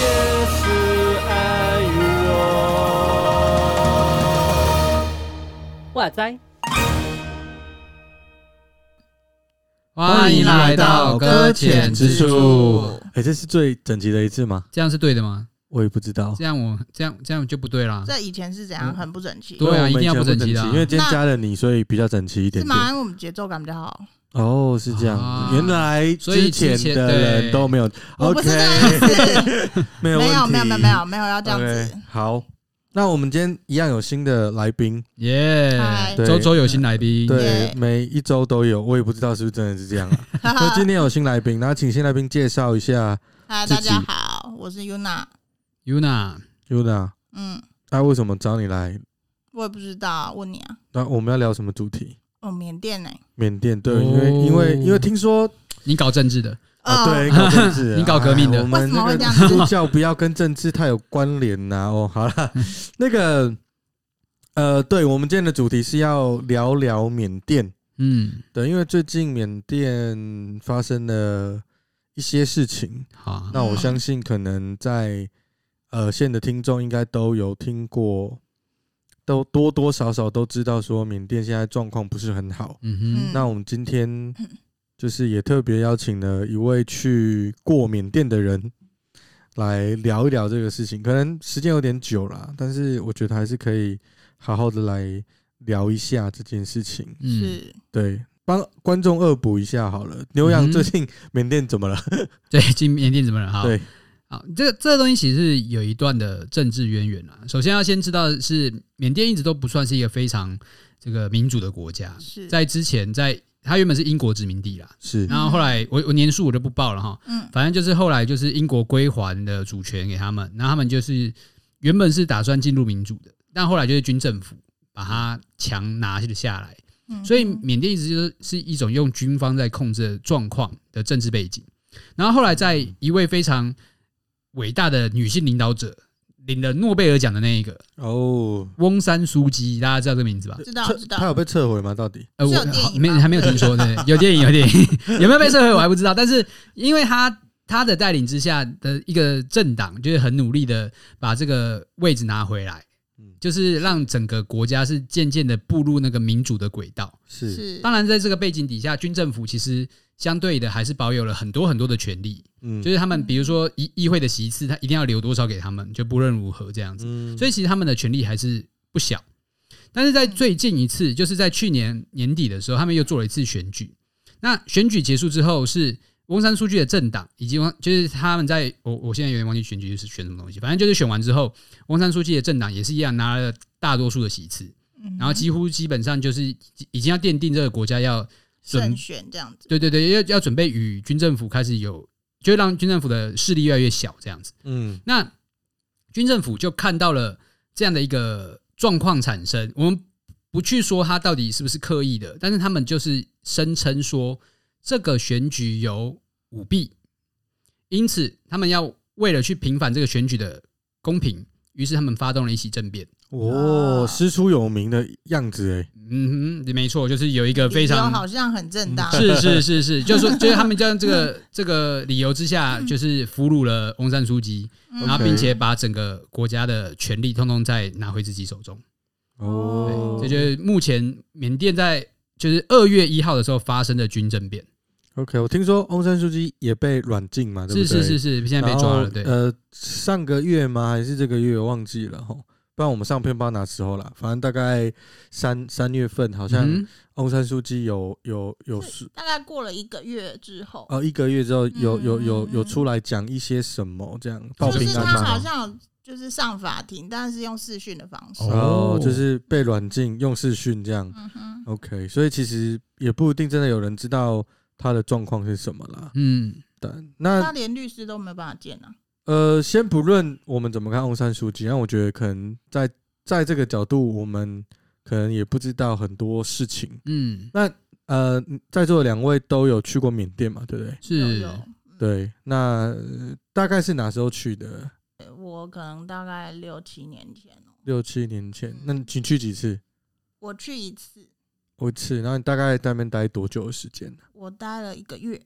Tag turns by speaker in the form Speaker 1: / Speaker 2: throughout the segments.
Speaker 1: 也是爱我。
Speaker 2: 哇塞！
Speaker 3: 欢迎来到搁浅之处。
Speaker 1: 哎、这是最整齐的一次吗？
Speaker 3: 这样是对的吗？
Speaker 1: 我也不知道。
Speaker 3: 这样我这样这样就不对啦。
Speaker 4: 这以前是怎样？很不整齐。
Speaker 3: 啊对啊
Speaker 1: 因为我们
Speaker 3: 一定要
Speaker 1: 以前
Speaker 3: 不
Speaker 1: 不
Speaker 3: 整
Speaker 1: 整
Speaker 3: 齐的啊
Speaker 1: 因为今天
Speaker 4: 那
Speaker 1: 加了你，所以比较整齐一
Speaker 4: 是
Speaker 1: 点点。
Speaker 4: 吗？因为我们节奏感比较好。
Speaker 1: 哦，是这样。
Speaker 3: 啊
Speaker 1: 原来
Speaker 3: 所以
Speaker 1: 之前
Speaker 3: 之前
Speaker 1: 的人
Speaker 3: 对
Speaker 1: 都没有。
Speaker 4: 我不是这样
Speaker 1: OK，
Speaker 4: 子，
Speaker 1: 没有
Speaker 4: 没有
Speaker 1: 问题
Speaker 4: 没有没有没有没有要这样
Speaker 1: OK，
Speaker 4: 子。
Speaker 1: 好，那我们今天一样有新的来宾，
Speaker 3: 耶
Speaker 4: 嗨，
Speaker 1: 对
Speaker 3: 周周有新来宾，
Speaker 1: 对
Speaker 4: 耶，
Speaker 1: 每一周都有，我也不知道是不是真的是这样、 啊。那今天有新来宾，那请新来宾介绍一下
Speaker 4: 嗨，大家好，我是 Yuna。
Speaker 3: Yuna，
Speaker 1: Yuna，
Speaker 4: 嗯，
Speaker 1: 那、为什么找你来？
Speaker 4: 我也不知道，问你啊。
Speaker 1: 那我们要聊什么主题？
Speaker 4: 哦，缅甸呢？
Speaker 1: 缅甸对，
Speaker 3: 哦
Speaker 1: 因为因为因为听说
Speaker 3: 你搞政治的，
Speaker 1: 啊，对，
Speaker 4: 哦，
Speaker 1: 搞政治啊，
Speaker 3: 你搞革命的
Speaker 1: 哎我们
Speaker 4: 为什么
Speaker 1: 那
Speaker 4: 会
Speaker 1: 个
Speaker 4: 这样子
Speaker 1: 宗教不要跟政治太有关联呐、哦，好了，那个呃，对我们今天的主题是要聊聊缅甸。
Speaker 3: 嗯，
Speaker 1: 对，因为最近缅甸发生了一些事情，
Speaker 3: 好，
Speaker 1: 那我相信可能在呃线的听众应该都有听过，都多多少少都知道说缅甸现在状况不是很好。
Speaker 3: 嗯
Speaker 4: 嗯
Speaker 1: 那我们今天就是也特别邀请了一位去过缅甸的人来聊一聊这个事情，可能时间有点久了，但是我觉得还是可以好好的来聊一下这件事情。
Speaker 3: 哼，嗯，
Speaker 4: 是
Speaker 1: 对，帮观众恶补一下好了。牛羊
Speaker 3: 嗯
Speaker 1: 最近缅甸怎么了？
Speaker 3: 对，进缅甸怎么了？好，
Speaker 1: 对，
Speaker 3: 好，这个这个东西其实是有一段的政治渊源啦。首先要先知道的是，缅甸一直都不算是一个非常这个民主的国家，
Speaker 4: 是，
Speaker 3: 在之前在它原本是英国殖民地啦，
Speaker 1: 是
Speaker 3: 然后后来我我年数我就不报了哈，
Speaker 4: 嗯
Speaker 3: 反正就是后来就是英国归还的主权给他们，然后他们就是原本是打算进入民主的，但后来就是军政府把它强拿下来，
Speaker 4: 嗯，
Speaker 3: 所以缅甸一直就是是一种用军方在控制的状况的政治背景。然后后来在一位非常伟大的女性领导者领了诺贝尔奖的那一个
Speaker 1: 哦，
Speaker 3: 翁山苏姬，大家知道这个名字吧？
Speaker 4: 知道
Speaker 1: 撤
Speaker 4: 知
Speaker 1: 他
Speaker 4: 道，
Speaker 1: 有被撤回吗？到底？
Speaker 3: 呃，
Speaker 4: 是
Speaker 3: 我
Speaker 4: 有电
Speaker 3: 好
Speaker 4: 影
Speaker 3: 没
Speaker 4: 吗
Speaker 3: 还没有听说，对，有电影有 电影，有没有被社会我还不知道。但是因为他他的带领之下的一个政党，就是很努力的把这个位置拿回来
Speaker 1: 嗯，
Speaker 3: 就是让整个国家是渐渐的步入那个民主的轨道。
Speaker 1: 是，
Speaker 4: 是
Speaker 3: 当然，在这个背景底下，军政府其实相对的还是保有了很多很多的权利，
Speaker 1: 嗯
Speaker 3: 就是他们比如说议议会的席次，他一定要留多少给他们，就不论如何这样子。
Speaker 1: 嗯
Speaker 3: 所以其实他们的权力还是不小。但是在最近一次，就是在去年年底的时候，他们又做了一次选举。那选举结束之后，是翁山书记的政党以及翁就是他们在我我现在有点忘记选举是选什么东西，反正就是选完之后，翁山书记的政党也是一样拿了大多数的席次，
Speaker 4: 嗯
Speaker 3: 然后几乎基本上就是已已经要奠定这个国家要准
Speaker 4: 慎选这样子，
Speaker 3: 对对对要要准备与军政府开始有，就让军政府的势力越来越小这样子。
Speaker 1: 嗯
Speaker 3: 那军政府就看到了这样的一个状况产生，我们不去说他到底是不是刻意的，但是他们就是声称说这个选举有舞弊，因此他们要为了去平反这个选举的公平，于是他们发动了一起政变。
Speaker 1: 哦，
Speaker 4: 啊
Speaker 1: 师出有名的样子哎，
Speaker 3: 嗯哼，没错，就是有一个非
Speaker 4: 理由
Speaker 3: 常嗯
Speaker 4: 好像很正当，
Speaker 3: 是是是是，就是 说，就是他们将这个这个理由之下，
Speaker 1: 嗯
Speaker 3: 就是俘虏了翁山书记，
Speaker 4: 嗯
Speaker 3: 然后并且把整个国家的权力通通再拿回自己手中。
Speaker 1: 哦
Speaker 4: 哦，
Speaker 3: 这就是目前缅甸在就是二月一号的时候发生的军政变，
Speaker 1: 啊 OK。我听说翁山书记也被软禁嘛，
Speaker 3: 是
Speaker 1: 对不对？
Speaker 3: 是是
Speaker 1: 是，
Speaker 3: 是，现在被抓了，对，
Speaker 1: 呃，上个月吗？还是这个月？我忘记了吼。不然我们上片不知道哪时候了，反正大概三三月份，好像
Speaker 3: 嗯
Speaker 1: 翁山书记有有有
Speaker 4: 是大概过了一个月之后，
Speaker 1: 哦，一个月之后有有有
Speaker 4: 嗯
Speaker 1: 有出来讲一些什么这样报啊
Speaker 4: 就
Speaker 1: 平
Speaker 4: 是
Speaker 1: 安
Speaker 4: 他好
Speaker 1: 吗？
Speaker 4: 像有就是上法庭，但是用视讯的方式。
Speaker 1: 哦，就是被软禁用视讯这样。
Speaker 4: 嗯哼，
Speaker 1: OK，所以其实也不一定真的有人知道他的状况是什么啦。
Speaker 3: 嗯，
Speaker 1: 但
Speaker 4: 那
Speaker 1: 那
Speaker 4: 连律师都没有办法见啊。
Speaker 1: 呃，先不论我们怎么看翁山书记，但我觉得可能在在这个角度，我们可能也不知道很多事情。
Speaker 3: 嗯，
Speaker 1: 呃，在座的两位都有去过缅甸嘛？对不对？
Speaker 4: 有
Speaker 3: 是
Speaker 4: 有，
Speaker 1: 对，那、呃大概是哪时候去的？
Speaker 4: 呃我可能大概六七年前哦，
Speaker 1: 六七年前
Speaker 4: 嗯。
Speaker 1: 那你去几次？
Speaker 4: 我去一次，
Speaker 1: 我一次，然后你大概在那边待多久的时间？
Speaker 4: 我待了一个月。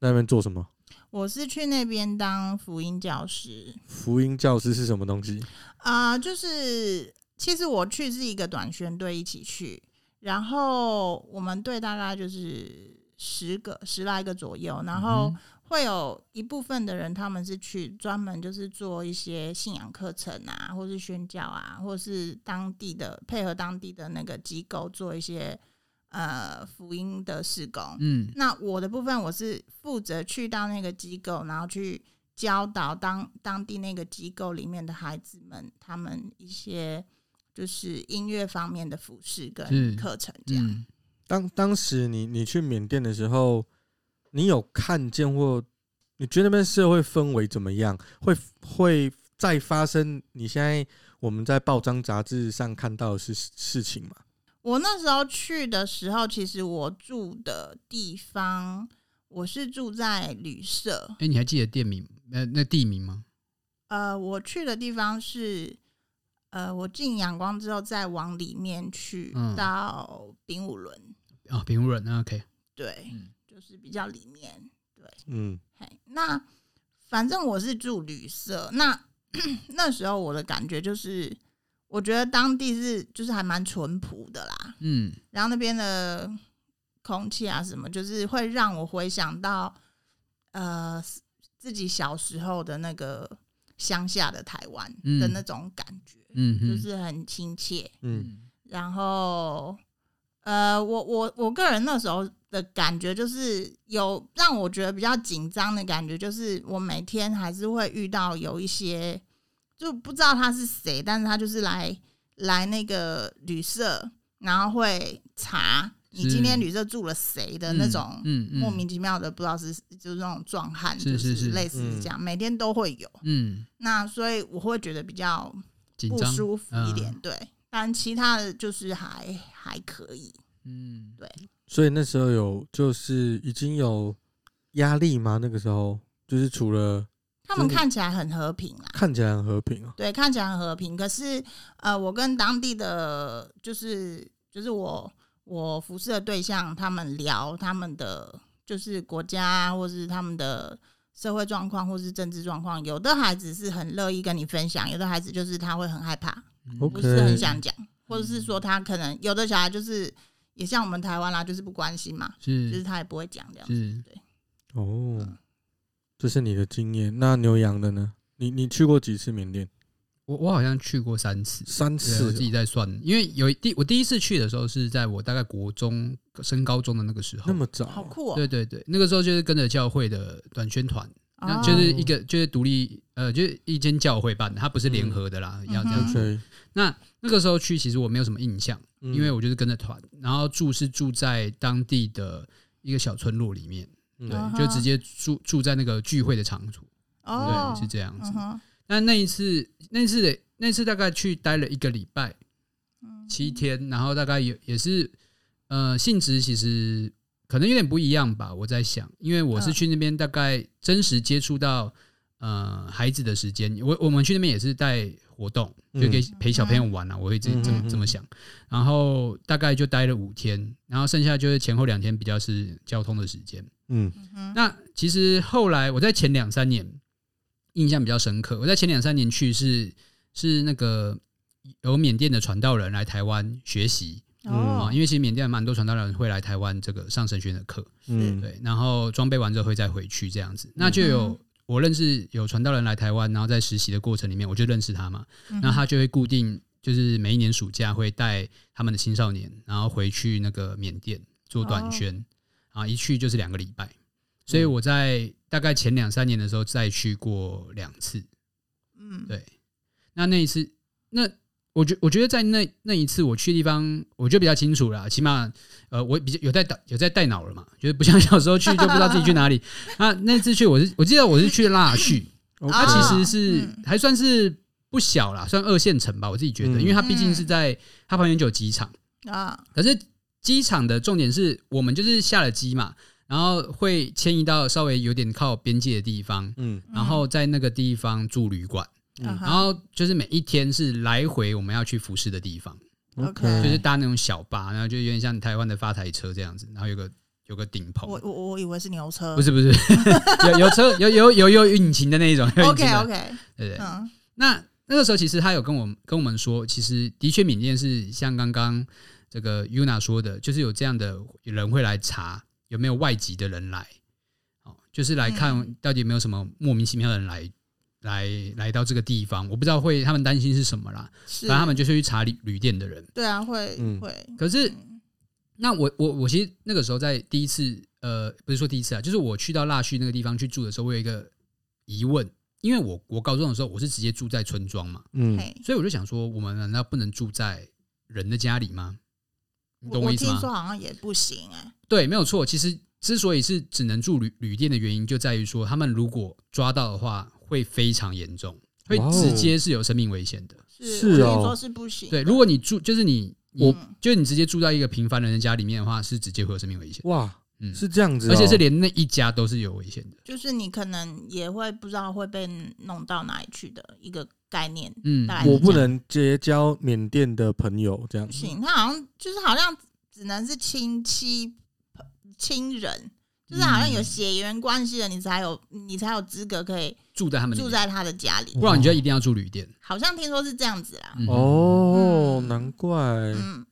Speaker 1: 在那边做什么？
Speaker 4: 我是去那边当福音教师
Speaker 1: 福音教师是什么东西？
Speaker 4: 啊、就是其实我去是一个短宣队一起去，然后我们队大概就是十个十来个左右，然后
Speaker 3: 嗯
Speaker 4: 会有一部分的人他们是去专门就是做一些信仰课程啊，或是宣教啊，或是当地的配合当地的那个机构做一些呃福音的施工，
Speaker 3: 嗯
Speaker 4: 那我的部分我是负责去到那个机构，然后去教导当当地那个机构里面的孩子们，他们一些就是音乐方面的服饰
Speaker 3: 嗯是
Speaker 4: 跟课程这样。
Speaker 3: 嗯，
Speaker 1: 当当时你你去缅甸的时候，你有看见或你觉得那边社会氛围怎么样？会会再发生你现在我们在报章杂志上看到的事事情吗？
Speaker 4: 我那时候去的时候，其实我住的地方，我是住在旅社。
Speaker 3: 哎，你还记得店名？呃，那地名吗？
Speaker 4: 呃，我去的地方是，呃，我进阳光之后再往里面去，
Speaker 3: 嗯
Speaker 4: 到丙午轮，
Speaker 3: 啊，平湖人啊，OK，
Speaker 4: 对，
Speaker 3: 嗯
Speaker 4: 就是比较里面。
Speaker 1: 嗯，
Speaker 4: 嘿，那反正我是住旅社，那 那时候我的感觉就是，我觉得当地是就是还蛮淳朴的啦，
Speaker 3: 嗯，
Speaker 4: 然后那边的空气啊什么，就是会让我回想到呃自己小时候的那个乡下的台湾的
Speaker 3: 嗯
Speaker 4: 那种感觉，
Speaker 3: 嗯哼，
Speaker 4: 就是很亲切，
Speaker 1: 嗯，
Speaker 4: 然后，呃，我我我个人那时候的感觉就是有让我觉得比较紧张的感觉，就是我每天还是会遇到有一些就不知道他是谁，但是他就是来来那个旅社，然后会查你
Speaker 3: 是
Speaker 4: 今天旅社住了谁的那种
Speaker 3: 嗯嗯
Speaker 4: 莫名其妙的，不知道是就是那种壮汉，
Speaker 3: 是
Speaker 4: 就是
Speaker 3: 是
Speaker 4: 类似是这样，每天都会有。
Speaker 3: 嗯
Speaker 4: 那所以我会觉得比较
Speaker 3: 紧
Speaker 4: 不
Speaker 3: 张
Speaker 4: 舒服一点，
Speaker 3: 嗯
Speaker 4: 对。但其他的就是还还可以，
Speaker 3: 嗯，
Speaker 1: 所以那时候有就是已经有压力吗？那个时候就是除了
Speaker 4: 他们
Speaker 1: 真的
Speaker 4: 看起来很和平啊，
Speaker 1: 看起来很和平啊，
Speaker 4: 对，看起来很和平。可是呃，我跟当地的就是就是我我服侍的对象，他们聊他们的就是国家啊或是他们的。社会状况或是政治状况，有的孩子是很乐意跟你分享，有的孩子就是他会很害怕，
Speaker 3: 嗯
Speaker 1: OK
Speaker 4: 不是很想讲，或者是说他可能有的小孩就是也像我们台湾啦，就是不关心嘛，就是是他也不会讲这样。
Speaker 3: 是，
Speaker 1: 哦
Speaker 4: 嗯，
Speaker 1: 这是你的经验。那牛羊的呢？你你去过几次缅甸？
Speaker 3: 我我好像去过三次，
Speaker 1: 三
Speaker 3: 对，我
Speaker 1: 次啊
Speaker 3: 自己在算，因为有一第我第一次去的时候是在我大概国中升高中的那个时
Speaker 1: 哦，
Speaker 3: 候
Speaker 1: 那，么早
Speaker 4: 好
Speaker 1: 啊，
Speaker 4: 酷哦！
Speaker 3: 对对对，那个时候就是跟着教会的短宣团，那
Speaker 4: 哦
Speaker 3: 就是一个就是独立呃，就是一间教会办的，它不是联
Speaker 1: 嗯
Speaker 3: 合的啦，
Speaker 4: 嗯
Speaker 3: 要这
Speaker 4: 哼
Speaker 3: 样说。
Speaker 1: 对，
Speaker 3: 那那个时候去，其实我没有什么印象，
Speaker 1: 嗯
Speaker 3: 因为我就是跟着团，然后住是住在当地的一个小村落里面，
Speaker 1: 嗯
Speaker 3: 对
Speaker 4: 嗯，哼
Speaker 3: 就直接住住在那个聚会的场所，
Speaker 4: 哦，
Speaker 3: 对，是这样子
Speaker 4: 嗯。哼
Speaker 3: 那那一次，那一次的那次大概去待了一个礼拜，七天，然后大概也也是，呃，性质其实可能有点不一样吧。我在想，因为我是
Speaker 4: 嗯
Speaker 3: 去那边大概真实接触到呃孩子的时间，我我们去那边也是带活动，就给陪小朋友玩啊，我会这这么
Speaker 1: 嗯
Speaker 3: 这么想。然后大概就待了五天，然后剩下就是前后两天比较是交通的时间。
Speaker 1: 嗯
Speaker 4: 嗯哼
Speaker 3: 那其实后来我在前两三年印象比较深刻，我在前两三年去是是那个有缅甸的传道人来台湾学习啊、
Speaker 4: 哦
Speaker 3: 因为其实缅甸蛮多传道人会来台湾这个上神学院的课，
Speaker 1: 嗯，
Speaker 3: 对，然后装备完之后会再回去这样子，那就有。我认识有传道人来台湾，然后在实习的过程里面，我就认识他嘛。
Speaker 4: 嗯哼
Speaker 3: 那他就会固定，就是每一年暑假会带他们的青少年，然后回去那个缅甸做短宣，啊，一去就是两个礼拜。所以我在大概前两三年的时候再去过两次，
Speaker 4: 嗯
Speaker 3: 对。那那一次，那我觉我觉得在那那一次我去的地方，我就比较清楚啦。起码呃，我比较有在带有在带脑了嘛，就是不像 小时候去就不知道自己去哪里。啊，那次去我是我记得我是去腊戌。
Speaker 1: OK
Speaker 3: 它啊其实
Speaker 4: 哦
Speaker 3: 是
Speaker 4: 嗯
Speaker 3: 还算是不小啦，算二线城吧，我自己觉得，
Speaker 1: 嗯
Speaker 3: 因为它毕竟是在它旁边就有机场，
Speaker 4: 啊
Speaker 3: 可是机场的重点是我们就是下了机嘛，然后会迁移到稍微有点靠边界的地方，
Speaker 1: 嗯
Speaker 3: 然后在那个地方住旅馆，
Speaker 4: 嗯
Speaker 1: 嗯
Speaker 3: 然后就是每一天是来回我们要去服侍的地方，
Speaker 4: OK
Speaker 3: 就是搭那种小巴，然后就有点像台湾的发财车这样子，然后有个有个顶棚，
Speaker 4: 我我我以为是牛车，
Speaker 3: 不是不是 有有车有有有有引擎的那一种有引
Speaker 4: OK
Speaker 3: 擎的
Speaker 4: OK，
Speaker 3: 对不对？
Speaker 4: 嗯
Speaker 3: 那那个时候其实他有跟我们跟我们说，其实的确缅甸是像刚刚这个 Yuna 说的，就是有这样的人会来查有没有外籍的人来，哦，就是来看
Speaker 4: 嗯
Speaker 3: 到底有没有什么莫名其妙的人来。来来到这个地方，我不知道会他们担心是什么啦，
Speaker 4: 是
Speaker 3: 反正他们就是去查旅旅店的人。
Speaker 4: 对啊会
Speaker 1: 嗯
Speaker 4: 会，
Speaker 3: 可是
Speaker 4: 嗯
Speaker 3: 那我我我其实那个时候在第一次呃，不是说第一次啊，就是我去到腊戌那个地方去住的时候，我有一个疑问，因为我我高中的时候我是直接住在村庄嘛，
Speaker 1: 嗯，
Speaker 4: 嘿
Speaker 3: 所以我就想说，我们难道不能住在人的家里吗？你
Speaker 4: 我
Speaker 3: 懂我
Speaker 4: 我
Speaker 3: 意思
Speaker 4: 听说
Speaker 3: 吗？
Speaker 4: 好像也不行哎，
Speaker 3: 对，没有错。其实之所以是只能住旅旅店的原因，就在于说他们如果抓到的话，会非常严重，会
Speaker 1: 哇哦
Speaker 3: 直接是有生命危险的。
Speaker 1: 是
Speaker 4: 我听
Speaker 1: 哦
Speaker 4: 说是不行的，
Speaker 3: 对，如果你住就是你你
Speaker 4: 嗯
Speaker 3: 就是你直接住在一个平凡人的家里面的话，是直接会有生命危险。
Speaker 1: 哇，
Speaker 3: 嗯，
Speaker 1: 是这样子哦，
Speaker 3: 而且是连那一家都是有危险的。
Speaker 4: 就是你可能也会不知道会被弄到哪里去的一个概念。
Speaker 3: 嗯
Speaker 4: 大概，是
Speaker 1: 我不
Speaker 4: 这样
Speaker 1: 能结交缅甸的朋友这样
Speaker 4: 不。行，他好像就是好像只能是亲戚、亲人，就是好
Speaker 3: 嗯
Speaker 4: 像有血缘关系的，你才有你才有资格可以
Speaker 3: 住在他们里嗯
Speaker 4: 住
Speaker 3: 面，
Speaker 4: 在他的家里。
Speaker 3: 不然你就一定要住旅店。
Speaker 4: 好像听说是这样子啦。
Speaker 3: 嗯，
Speaker 1: 哦，
Speaker 4: 嗯
Speaker 1: 难怪。
Speaker 4: 嗯，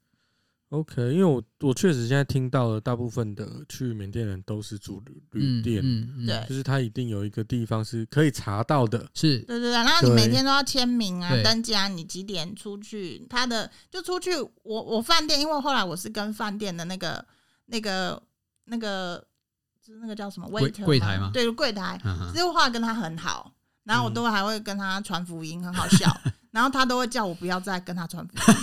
Speaker 1: OK，因为我我确实现在听到的大部分的去缅甸人都是住旅旅店，
Speaker 3: 嗯嗯嗯
Speaker 4: 对
Speaker 1: 就是他一定有一个地方是可以查到的。
Speaker 3: 是
Speaker 4: 对对对，然后你
Speaker 1: 对
Speaker 4: 每天都要签名啊
Speaker 3: 对、
Speaker 4: 登记啊，你几点出去？他的就出去，我我饭店，因为后来我是跟饭店的那个那个那个就是那个叫什么
Speaker 3: 柜
Speaker 4: waiter
Speaker 3: 柜台吗
Speaker 4: 对，柜台，
Speaker 3: 哈啊哈
Speaker 4: 这句话跟他很好，然后我都还会跟他传福音，很好笑。然后他都会叫我不要再跟他传福音，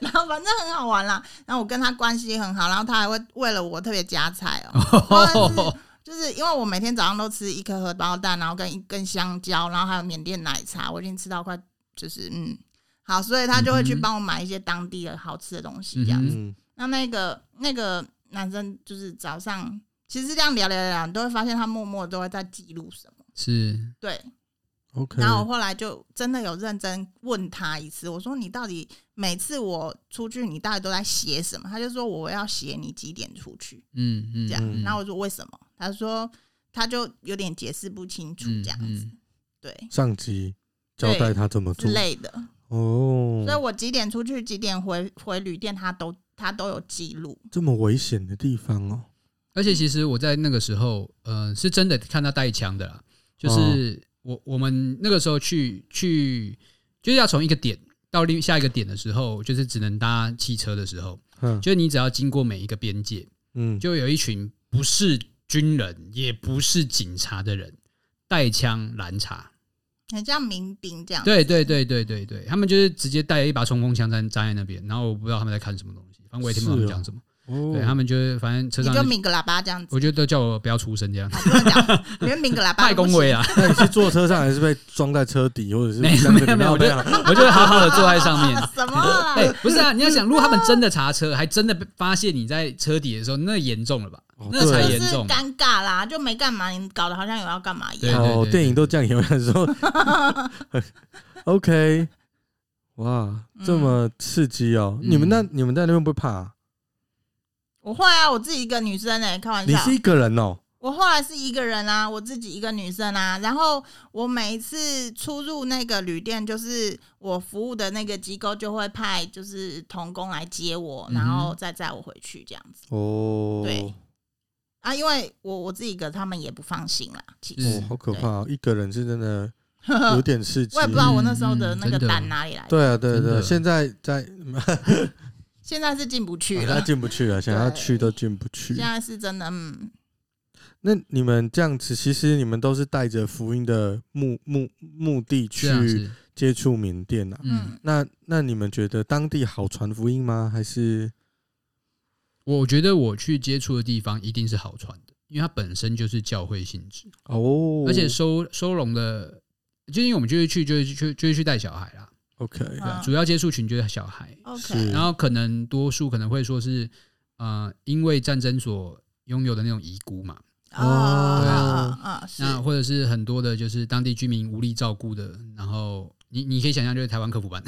Speaker 4: 然后反正很好玩啦。然后我跟他关系很好，然后他还会为了我特别加菜哦、
Speaker 3: 哦，
Speaker 4: 就是因为我每天早上都吃一颗荷包蛋，然后跟一根香蕉，然后还有缅甸奶茶，我已经吃到快就是嗯好，所以他就会去
Speaker 3: 嗯哼
Speaker 4: 帮我买一些当地的好吃的东西这样子。
Speaker 1: 嗯，
Speaker 4: 那那个那个男生就是早上其实这样聊聊聊，你都会发现他默默都会在记录什么。
Speaker 3: 是
Speaker 4: 对，
Speaker 1: OK，
Speaker 4: 然后我后来就真的有认真问他一次，我说你到底每次我出去，你到底都在写什么？他就说我要写你几点出去
Speaker 3: 嗯嗯，
Speaker 4: 这样。
Speaker 1: 嗯
Speaker 4: 然后我说为什么？他说他就有点解释不清楚
Speaker 3: 嗯
Speaker 4: 这样子，对
Speaker 1: 上级交代他怎么
Speaker 4: 之
Speaker 1: 做
Speaker 4: 类的。
Speaker 3: 嗯
Speaker 4: 所以
Speaker 1: 哦，
Speaker 4: 我几点出去，几点回回旅店，他都他都有记录。
Speaker 1: 这么危险的地方哦，
Speaker 3: 而且其实我在那个时候，呃，是真的看到带枪的啦，就是我我们那个时候去去，就是要从一个点到另下一个点的时候，就是只能搭汽车的时候，
Speaker 1: 嗯
Speaker 3: 就是你只要经过每一个边界，
Speaker 1: 嗯，
Speaker 3: 就有一群不是军人也不是警察的人带枪拦查，
Speaker 4: 很像民兵这样，
Speaker 3: 对对对对对对，他们就是直接带一把冲锋枪在站在那边，然后我不知道他们在看什么东西，反正我也听不懂他们讲什么，
Speaker 1: 哦
Speaker 3: 对他们就是反正车
Speaker 4: 你
Speaker 3: 上
Speaker 4: 就抿个喇叭这样子。
Speaker 3: 我觉得都叫我不要出声这样。
Speaker 4: 啊不能讲，你们抿个喇叭
Speaker 3: 卖
Speaker 4: 不
Speaker 3: 恭
Speaker 4: 行
Speaker 3: 维啊！
Speaker 1: 那你是坐车上还是被装在车底，或者是
Speaker 3: 没有
Speaker 1: 像个
Speaker 3: 没有没有
Speaker 1: 领导那样
Speaker 3: 我就好好的坐在上 面。
Speaker 4: 什么啊？
Speaker 3: 哎、不是啊，你要想，如果他们真的查车，还真的被发现你在车底的时候，那严重了吧？
Speaker 1: 哦
Speaker 3: 那才
Speaker 1: 对
Speaker 3: 严
Speaker 4: 就是
Speaker 3: 重
Speaker 4: 尴尬啦，就没干嘛，你搞得好像有要干嘛一
Speaker 3: 对
Speaker 4: 样。
Speaker 3: 对对
Speaker 1: 哦
Speaker 3: 对，
Speaker 1: 电影都这样演完之后 ，OK，哇，这么刺激哦！
Speaker 3: 嗯
Speaker 1: 你们那你们在那边不会怕啊？
Speaker 4: 我会啊，我自己一个女生哎、开玩
Speaker 1: 你
Speaker 4: 笑。
Speaker 1: 是一个人哦，
Speaker 4: 我后来是一个人啊，我自己一个女生啊。然后我每一次出入那个旅店，就是我服务的那个机构就会派就是童工来接我，
Speaker 3: 嗯哼
Speaker 4: 然后再载我回去这样子
Speaker 1: 哦，
Speaker 4: 对啊。因为我我自己一个，他们也不放心啦。其
Speaker 3: 是
Speaker 4: 实
Speaker 1: 哦，好可怕、哦，一个人是 真的有点刺激
Speaker 4: 我也。不知道我那时候的
Speaker 3: 嗯
Speaker 4: 那个
Speaker 3: 真的
Speaker 4: 胆哪里来的，
Speaker 1: 对啊，对
Speaker 3: 真的
Speaker 1: 对，现在在
Speaker 4: 现在是进不去
Speaker 1: 现在
Speaker 4: 了。
Speaker 1: 进不去了，想要去都进不去
Speaker 4: 现。在是真的，嗯，
Speaker 1: 那你们这样子，其实你们都是带着福音的目目目的
Speaker 3: 这样
Speaker 1: 去
Speaker 3: 子，
Speaker 1: 接触缅甸啊。
Speaker 3: 啊嗯，
Speaker 4: 嗯，
Speaker 1: 那那你们觉得当地好传福音吗？还是
Speaker 3: 我觉得我去接触的地方一定是好传的，因为它本身就是教会性质，
Speaker 1: 哦？
Speaker 3: 而且收收容的，就因为我们就是去就是去就是去带小孩啦，
Speaker 1: OK，
Speaker 3: 对啊
Speaker 4: 嗯
Speaker 3: 主要接触群就是小孩，
Speaker 1: 是
Speaker 4: OK，
Speaker 3: 然后可能多数可能会说是，呃，因为战争所拥有的那种遗孤嘛，
Speaker 4: 哦哦
Speaker 1: 对啊
Speaker 4: 哦，哦是
Speaker 3: 那或者是很多的，就是当地居民无力照顾的，然后你你可以想象，就是台湾 客服班，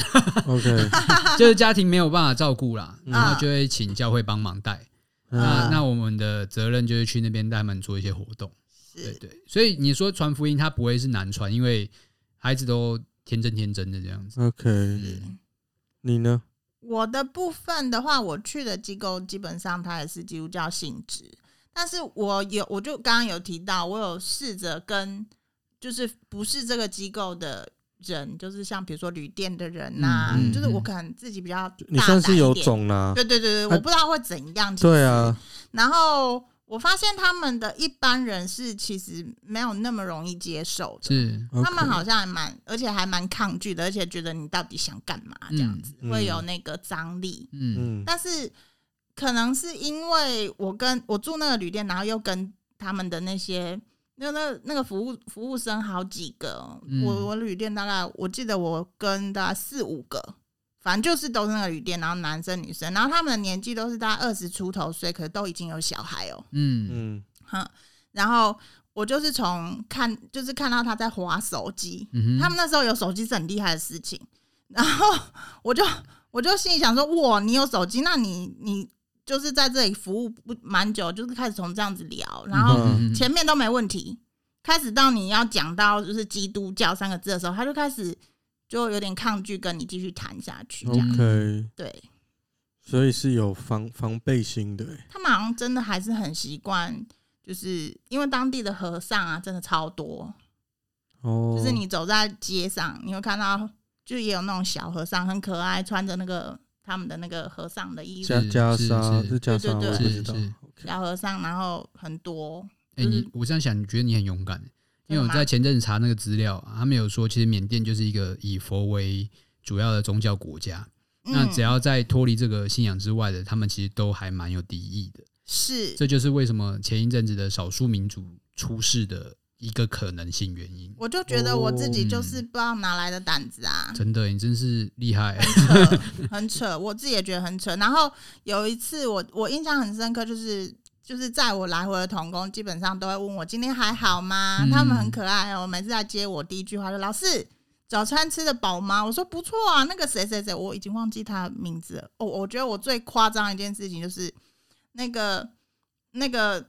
Speaker 1: OK，
Speaker 4: 啊
Speaker 3: 就是家庭没有办法照顾啦，
Speaker 1: 嗯
Speaker 3: 然后就会请教会帮忙带。那
Speaker 4: 啊
Speaker 1: 嗯
Speaker 3: 那我们的责任就是去那边带他们做一些活动。对
Speaker 4: 是，
Speaker 3: 对，所以你说传福音，它不会是难传，因为孩子都天真天真的这
Speaker 4: 嗯
Speaker 3: 样子。
Speaker 1: ，OK，
Speaker 4: 是
Speaker 1: 你呢？
Speaker 4: 我的部分的话，我去的机构基本上它也是基督教性质，但是我有，我就刚刚有提到，我有试着跟就是不是这个机构的人，就是像比如说旅店的人呐、
Speaker 3: 嗯
Speaker 1: 嗯
Speaker 4: 就是我
Speaker 3: 嗯
Speaker 4: 可能自己比较
Speaker 1: 你
Speaker 4: 大
Speaker 1: 算
Speaker 4: 胆
Speaker 1: 是
Speaker 4: 一
Speaker 1: 有
Speaker 4: 点，
Speaker 1: 种啦，
Speaker 4: 对对对对，
Speaker 1: 哎
Speaker 4: 我不知道会怎样，其
Speaker 1: 对
Speaker 4: 实
Speaker 1: 啊，
Speaker 4: 然后我发现他们的一般人是其实没有那么容易接受的，
Speaker 3: 是，
Speaker 4: 他们
Speaker 1: OK
Speaker 4: 好像还蛮，而且还蛮抗拒的，而且觉得你到底想干嘛这样子，
Speaker 1: 嗯
Speaker 4: 会有那个张力。
Speaker 3: 嗯
Speaker 1: 嗯，
Speaker 4: 但是可能是因为我跟我住那个旅店，然后又跟他们的那些。那那那个服务服务生好几个，
Speaker 3: 嗯
Speaker 4: 我我旅店大概我记得我跟大概四五个，反正就是都是那个旅店，然后男生女生，然后他们的年纪都是大概二十出头岁，可是都已经有小孩哦、
Speaker 3: 嗯
Speaker 1: 嗯
Speaker 4: 哼，然后我就是从看，就是看到他在划手机，
Speaker 3: 嗯
Speaker 4: 他们
Speaker 3: 哼，
Speaker 4: 那时候有手机是很厉害的事情，然后我就我就心里想说，哇，你有手机，那你你就是在这里服务不蛮久，就是开始从这样子聊，然后
Speaker 3: 嗯
Speaker 4: 前面都没问题，开始到你要讲到就是基督教三个字的时候，他就开始就有点抗拒跟你继续谈下去，这样、
Speaker 1: 嗯，OK，
Speaker 4: 对
Speaker 1: 所以是有防防备心的欸，
Speaker 4: 他们好像真的还是很习惯。就是因为当地的和尚啊，真的超多，
Speaker 1: 哦，
Speaker 4: 就是你走在街上，你会看到，就也有那种小和尚，很可爱，穿着那个他们的那个和尚的衣服，
Speaker 1: 袈
Speaker 3: 是
Speaker 1: 袈
Speaker 3: 是是
Speaker 1: 裟是袈
Speaker 4: 对
Speaker 1: 裟，
Speaker 4: 对
Speaker 1: 我
Speaker 3: 对
Speaker 1: 不知道
Speaker 3: 是是
Speaker 1: ，OK，
Speaker 4: 小和尚，然后很多，
Speaker 3: 哎、你
Speaker 4: 嗯
Speaker 3: 我这样想，你觉得你很勇敢，欸因为我
Speaker 4: 真的吗
Speaker 3: 在前阵子查那个资料啊，他们有说，其实缅甸就是一个以佛为主要的宗教国家，那
Speaker 4: 嗯
Speaker 3: 只要在脱离这个信仰之外的，他们其实都还蛮有敌意的。
Speaker 4: 是
Speaker 3: 这就是为什么前一阵子的少数民族出事的一个可能性原因。
Speaker 4: 我就觉得我自己
Speaker 3: 哦
Speaker 4: 就是不知道哪来的胆子啊，
Speaker 3: 真的，你真是厉害！欸
Speaker 4: 扯，很扯，我自己也觉得很扯。然后有一次我我印象很深刻，就是就是在我来回的童工，基本上都会问我今天还好吗？
Speaker 3: 嗯
Speaker 4: 他们很可爱哦，每次来接我，第一句话就老师。早餐吃的饱吗？我说不错啊，那个谁谁谁，我已经忘记他的名字了。哦，我觉得我最夸张的一件事情就是，那个那个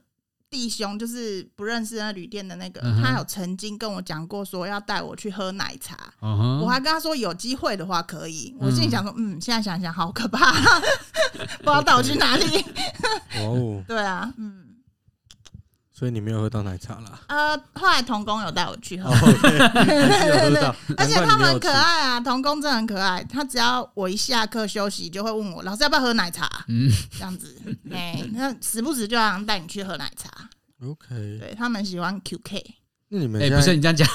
Speaker 4: 弟兄，就是不认识那旅店的那个，
Speaker 3: 嗯哼
Speaker 4: 他有曾经跟我讲过说要带我去喝奶茶。
Speaker 3: 嗯哼，
Speaker 4: 我还跟他说有机会的话可以，我
Speaker 3: 嗯
Speaker 4: 心里想说，嗯，现在想想好可怕， 不知道带我去哪里。
Speaker 1: 哇哦，
Speaker 4: 对啊，嗯，。
Speaker 1: 所以你没有喝到奶茶啦
Speaker 4: 呃，后来童工有带我去喝
Speaker 1: 哦，OK，还是有喝到，
Speaker 4: 而且他
Speaker 1: 难
Speaker 4: 们
Speaker 1: 怪你没有
Speaker 4: 很
Speaker 1: 吃
Speaker 4: 可爱啊，童工真的很可爱。他只要我一下课休息，就会问我老师要不要喝奶茶，
Speaker 3: 嗯，
Speaker 4: 这样子， 哎、那时不时就想带你去喝奶茶。
Speaker 1: OK，
Speaker 4: 对他们喜欢 QK，
Speaker 1: 那你们
Speaker 3: 哎、
Speaker 1: 现
Speaker 3: 不是
Speaker 1: 在
Speaker 3: 你这样讲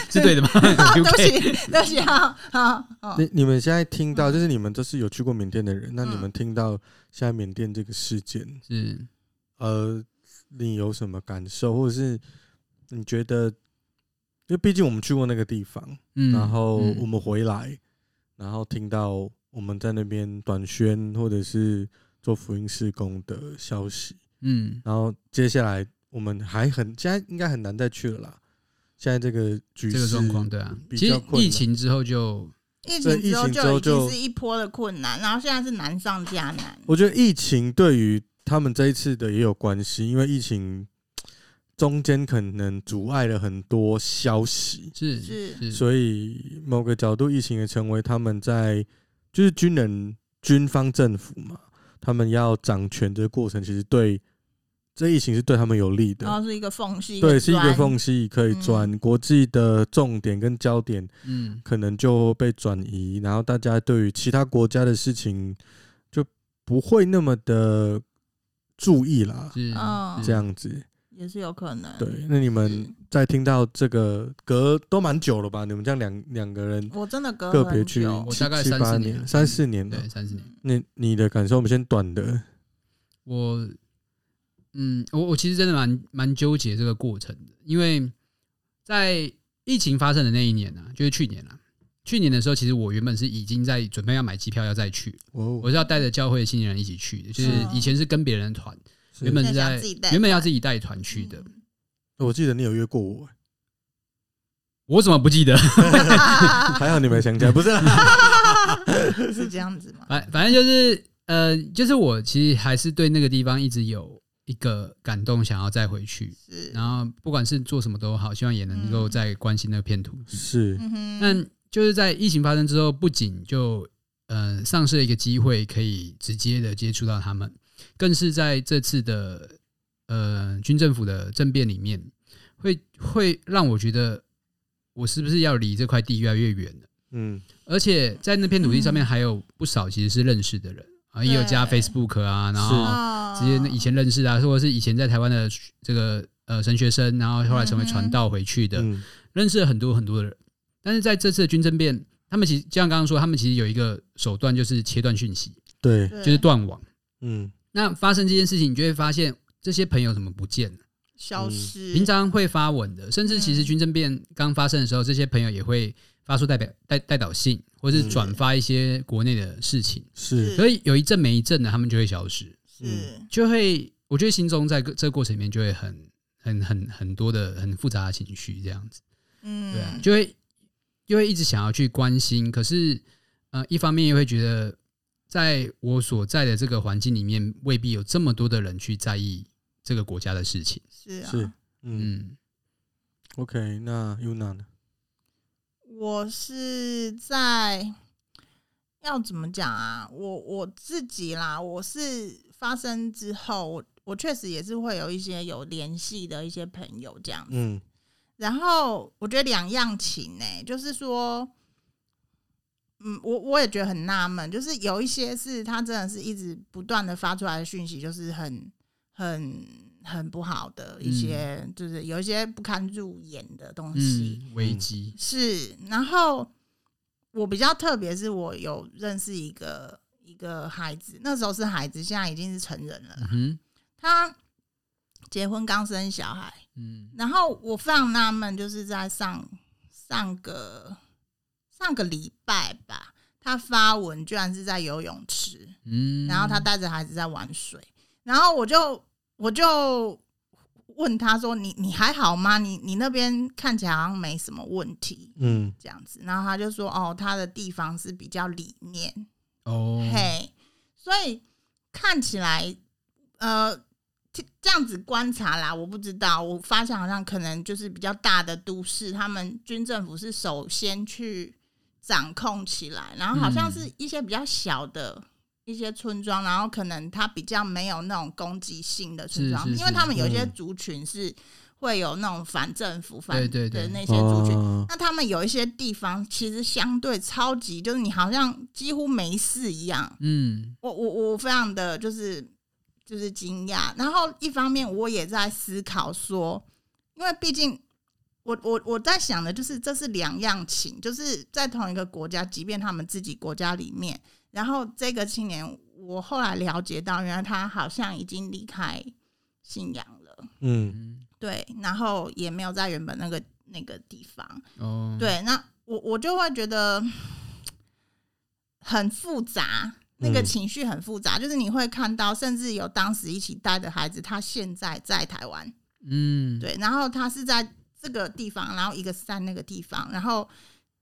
Speaker 3: 是对的吗？
Speaker 4: 啊 对
Speaker 3: UK
Speaker 4: 不起，对不起啊，啊，啊
Speaker 1: 你你们现在听
Speaker 3: 嗯
Speaker 1: 到，就是你们都是有去过缅甸的人，那
Speaker 4: 嗯
Speaker 1: 你们听到现在缅甸这个事件，
Speaker 3: 是
Speaker 1: 呃，你有什么感受，或者是你觉得，因为毕竟我们去过那个地方，
Speaker 3: 嗯
Speaker 1: 然后我
Speaker 3: 嗯
Speaker 1: 们回来，然后听到我们在那边短宣或者是做福音事工的消息，
Speaker 3: 嗯
Speaker 1: 然后接下来我们还很现在应该很难再去了啦。现在这个局
Speaker 3: 这个
Speaker 1: 势
Speaker 3: 状况，对啊，
Speaker 1: 比
Speaker 3: 其实
Speaker 1: 较困
Speaker 3: 疫
Speaker 1: 难
Speaker 3: 情之后就
Speaker 4: 疫情
Speaker 1: 对疫
Speaker 4: 之后
Speaker 1: 情之
Speaker 4: 就
Speaker 1: 后
Speaker 4: 已经
Speaker 1: 就是
Speaker 4: 一波的困难，然后现在是难上加难。
Speaker 1: 我觉得疫情对于他们这一次的也有关系，因为疫情中间可能阻碍了很多消息，
Speaker 3: 是
Speaker 4: 是
Speaker 1: 所以某个角度，疫情也成为他们在就是军人军方政府嘛，他们要掌权这个过程，其实对这疫情是对他们有利的。
Speaker 4: 然后是一个缝隙，
Speaker 1: 对，是一个
Speaker 4: 砖
Speaker 1: 缝隙可以钻，国际的重点跟焦点
Speaker 3: 嗯
Speaker 1: 可能就被转移，然后大家对于其他国家的事情就不会那么的注意啦，
Speaker 3: 是嗯
Speaker 4: 嗯
Speaker 1: 这样子。
Speaker 4: 也是有可能。嗯
Speaker 1: 对，，那你们在听到这个隔都蛮久了吧？你们这样两两个人
Speaker 4: 我真的隔
Speaker 1: 个
Speaker 4: 很
Speaker 1: 别去
Speaker 4: 久
Speaker 3: 我
Speaker 1: 七
Speaker 3: 大概
Speaker 1: 七
Speaker 3: 三
Speaker 1: 八
Speaker 3: 四年了
Speaker 1: 年、三四年了
Speaker 3: 对，。三十年。
Speaker 1: 那你的感受，我们先短的，
Speaker 3: 我，嗯，我我其实真的蛮蛮纠结这个过程的，因为在疫情发生的那一年呢、啊，就是去年啊，去年的时候，其实我原本是已经在准备要买机票要再去，
Speaker 1: 我
Speaker 3: 我是要带着教会的新人一起去的，就是
Speaker 4: 嗯
Speaker 3: 以前是跟别人的团，原本是
Speaker 4: 现在
Speaker 3: 在
Speaker 4: 想自己带
Speaker 3: 原本要自己带团去的，
Speaker 4: 嗯
Speaker 1: 我记得你有约过我，
Speaker 3: 我怎么不记得？
Speaker 1: 还好你没想起 来，不是啦？
Speaker 4: 是这样子吗？
Speaker 3: 反反正就是呃，就是我其实还是对那个地方一直有一个感动，想要再回去。
Speaker 4: 是，
Speaker 3: 然后不管是做什么都好，希望也能够
Speaker 4: 嗯
Speaker 3: 再关心那片土地。
Speaker 1: 是，
Speaker 4: 嗯哼，
Speaker 3: 但就是在疫情发生之后，不仅就呃丧失了一个机会可以直接的接触到他们，更是在这次的呃军政府的政变里面，会会让我觉得我是不是要离这块地越来越远了？
Speaker 1: 嗯，
Speaker 3: 而且在那片土地上面还有不少其实是认识的人啊，也有加
Speaker 4: 对
Speaker 3: Facebook 啊，然
Speaker 1: 是
Speaker 3: 后
Speaker 4: 哦
Speaker 3: 直接那以前认识的、啊，或者是以前在台湾的这个呃神学生，然后后来成为传道回去的，
Speaker 1: 嗯
Speaker 3: 认识了很多很多的人。但是在这次的军政变，他们其实就像刚刚说，他们其实有一个手段就是切断讯息，
Speaker 1: 对，
Speaker 4: 对
Speaker 3: 就是断网。
Speaker 1: 嗯，
Speaker 3: 那发生这件事情，你就会发现这些朋友怎么不见了？
Speaker 1: 嗯
Speaker 4: 消失，
Speaker 3: 平常会发文的，甚至其
Speaker 4: 嗯
Speaker 3: 实军政变刚发生的时候，这些朋友也会发出代表代代表信，或是
Speaker 1: 嗯
Speaker 3: 转发一些国内的事情。
Speaker 1: 是，
Speaker 4: 是
Speaker 3: 所以有一阵没一阵的，他们就会消失，
Speaker 4: 是
Speaker 3: 就会我觉得心中在个这个过程里面就会很很很很多的很复杂的情绪这样子。
Speaker 4: 嗯，
Speaker 3: 对啊，就会就会一直想要去关心，可是呃，一方面又会觉得，在我所在的这个环境里面，未必有这么多的人去在意这个国家的事情。
Speaker 4: 是啊，
Speaker 1: 是，嗯
Speaker 3: 嗯，
Speaker 1: ，OK，那 Yuna 呢？
Speaker 4: 我是在要怎么讲啊？我我自己啦，我是发生之后，我我确实也是会有一些有联系的一些朋友这样子。
Speaker 1: 嗯，
Speaker 4: 然后我觉得两样情呢、欸就是说，嗯，我我也觉得很纳闷，就是有一些是他真的是一直不断的发出来的讯息，就是很很很不好的
Speaker 3: 嗯
Speaker 4: 一些，就是有一些不堪入眼的东西。
Speaker 3: 嗯，危机，
Speaker 4: 是，然后我比较特别，是我有认识一个一个孩子，那时候是孩子，现在已经是成人了。
Speaker 3: 嗯哼，
Speaker 4: 他结婚刚生小孩，
Speaker 3: 嗯
Speaker 4: 然后我非常纳闷，就是在上上个上个礼拜吧，他发文居然是在游泳池，
Speaker 3: 嗯，
Speaker 4: 然后他带着孩子在玩水，然后我就我就问他说：“你你还好吗？你你那边看起来好像没什么问题。”
Speaker 1: 嗯，
Speaker 4: 这样子，然后他就说：“哦，他的地方是比较里面，
Speaker 3: 哦，
Speaker 4: 嘿，所以看起来，呃，这这样子观察啦，我不知道，我发现好像可能就是比较大的都市，他们军政府是首先去掌控起来，然后好像是一些比较小的。一些村庄，然后可能它比较没有那种攻击性的村庄，
Speaker 3: 是是是
Speaker 4: 因为他们有一些
Speaker 1: 嗯
Speaker 4: 族群是会有那种反政府、反
Speaker 3: 对对对
Speaker 4: 的那些族群，
Speaker 1: 哦，
Speaker 4: 那他们有一些地方其实相对超级，就是你好像几乎没事一样。
Speaker 3: 嗯
Speaker 4: 我我我非常的就是就是惊讶，然后一方面我也在思考说，因为毕竟我我我在想的就是这是两样情，就是在同一个国家，即便他们自己国家里面，然后这个青年，我后来了解到，原来他好像已经离开信仰了，
Speaker 1: 嗯，
Speaker 3: 嗯，
Speaker 4: 对，然后也没有在原本那个那个地方。
Speaker 3: 哦，，
Speaker 1: 嗯
Speaker 4: 对，那我我就会觉得很复杂，那个
Speaker 1: 嗯
Speaker 4: 情绪很复杂，就是你会看到，甚至有当时一起带的孩子，他现在在台湾，
Speaker 3: 嗯，
Speaker 4: 对，然后他是在这个地方，然后一个是在那个地方，然后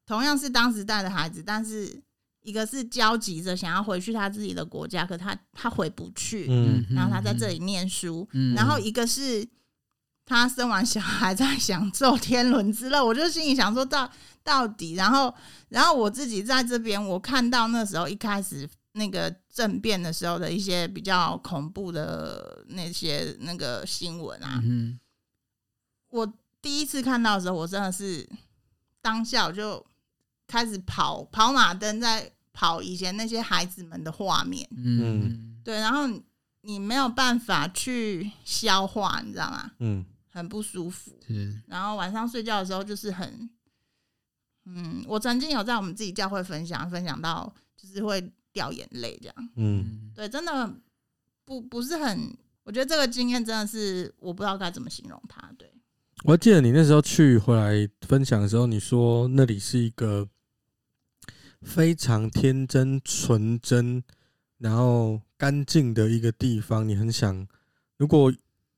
Speaker 4: 同样是当时带的孩子，但是一个是焦急着想要回去他自己的国家，可他他回不去，
Speaker 1: 嗯，
Speaker 3: 哼
Speaker 4: 然后他在这，里念书，
Speaker 3: 嗯
Speaker 4: 然后一个是他生完小孩在 享受天伦之乐，我就心里想说到到底，然后然后我自己在这边，我看到那时候一开始那个政变的时候的一些比较恐怖的那些那个新闻啊，
Speaker 3: 嗯
Speaker 4: 我 第一次看到的时候，我真的是当下我就开始跑跑马灯，在跑以前那些孩子们的画面，
Speaker 3: 哼嗯，
Speaker 4: 对，然后你你没有办法去消化，你知道吗？
Speaker 1: 嗯，
Speaker 4: 很不舒服。
Speaker 3: 是，
Speaker 4: 然后晚上睡觉的时候就是很，嗯，我曾经有在我们自己教会分享，分享到就是会掉眼泪这样。
Speaker 1: 嗯，
Speaker 3: 嗯
Speaker 4: 对，真的不不是很，我觉得这个经验真的是我不知道该怎么形容它。对，
Speaker 1: 我还记得你那时候去回来分享的时候，你说那里是一个非常天真、纯真，然后干净的一个地方，你很想，如果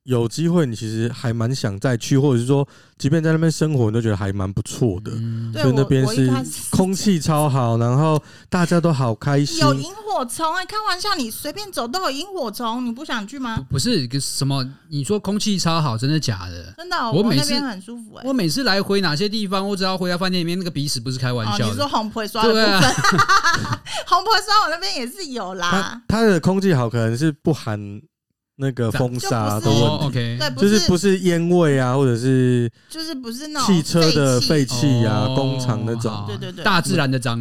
Speaker 1: 有机会，你其实还蛮想再去，或者是说，即便在那边生活，你都觉得还蛮不错的。
Speaker 3: 嗯
Speaker 4: 对
Speaker 1: 所以那边
Speaker 4: 我我一
Speaker 1: 是
Speaker 4: 开始
Speaker 1: 空气超好，然后大家都好开心。
Speaker 4: 有萤火虫哎、开玩笑，你随便走都有萤火虫，你不想去
Speaker 3: 不
Speaker 4: 吗？
Speaker 3: 不是个什么？你说空气超好，真的假的？
Speaker 4: 真的哦、
Speaker 3: 我
Speaker 4: 我
Speaker 3: 每
Speaker 4: 那
Speaker 3: 次
Speaker 4: 边很舒服哎、
Speaker 3: 我每次来回哪些地方，我只要回到饭店里面，那个鼻屎不是开玩
Speaker 4: 哦，
Speaker 3: 笑
Speaker 4: 你
Speaker 3: 的。
Speaker 4: 说红婆刷的部
Speaker 3: 对
Speaker 4: 分，
Speaker 3: 啊，
Speaker 4: 红婆刷我那边也是有
Speaker 1: 它
Speaker 4: 啦，
Speaker 1: 它的空气好，可能是不含那个风
Speaker 4: 啊
Speaker 1: 沙的
Speaker 4: 就不是
Speaker 1: 问
Speaker 3: 哦
Speaker 1: 题，
Speaker 3: ，OK，
Speaker 4: 对，不
Speaker 1: 就是是不是烟味啊，或者是
Speaker 4: 就是不是那种
Speaker 1: 汽车的
Speaker 4: 废
Speaker 1: 废
Speaker 4: 气，
Speaker 1: 气啊、
Speaker 3: 哦
Speaker 1: 工厂那种
Speaker 3: 好。
Speaker 4: 对对对
Speaker 3: 大自然的蟑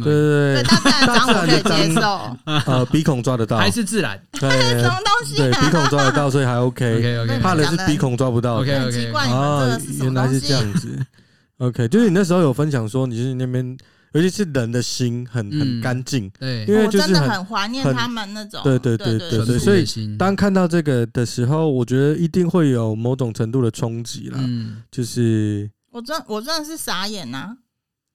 Speaker 4: 对，
Speaker 3: 螂
Speaker 1: 对对对
Speaker 4: 大自然的脏我可以接受，
Speaker 1: 呃，鼻孔抓得到，
Speaker 3: 还是自然
Speaker 1: 对
Speaker 4: 什么东西
Speaker 1: 对，鼻
Speaker 4: 啊？
Speaker 1: 孔抓得到，所以还 OK。
Speaker 3: ？OK
Speaker 4: 对
Speaker 3: OK，
Speaker 1: 怕的
Speaker 4: 讲
Speaker 1: 是
Speaker 4: 得
Speaker 1: 鼻孔抓不到。
Speaker 3: OK，OK
Speaker 4: 很奇怪，你们这
Speaker 1: 哦
Speaker 4: 个是，什
Speaker 1: 原
Speaker 4: 么
Speaker 1: 来
Speaker 4: 东
Speaker 1: 是这
Speaker 4: 西？啊
Speaker 1: 样子。OK，就是你那时候有分享说，你就是那边，尤其是人的心很
Speaker 3: 嗯
Speaker 1: 很干净。
Speaker 3: 对，
Speaker 1: 因
Speaker 4: 我
Speaker 1: 为就是
Speaker 4: 真的
Speaker 1: 很
Speaker 4: 很怀念
Speaker 1: 很
Speaker 4: 他们那种，
Speaker 1: 对对
Speaker 4: 对
Speaker 1: 对
Speaker 4: 对
Speaker 1: 对
Speaker 3: 纯
Speaker 1: 对
Speaker 3: 朴
Speaker 1: 所以
Speaker 3: 的心
Speaker 4: 嗯
Speaker 1: 当看到这个的时候，我觉得一定会有某种程度的冲击啦。
Speaker 3: 嗯，
Speaker 1: 就是
Speaker 4: 我真我真的是傻眼呐、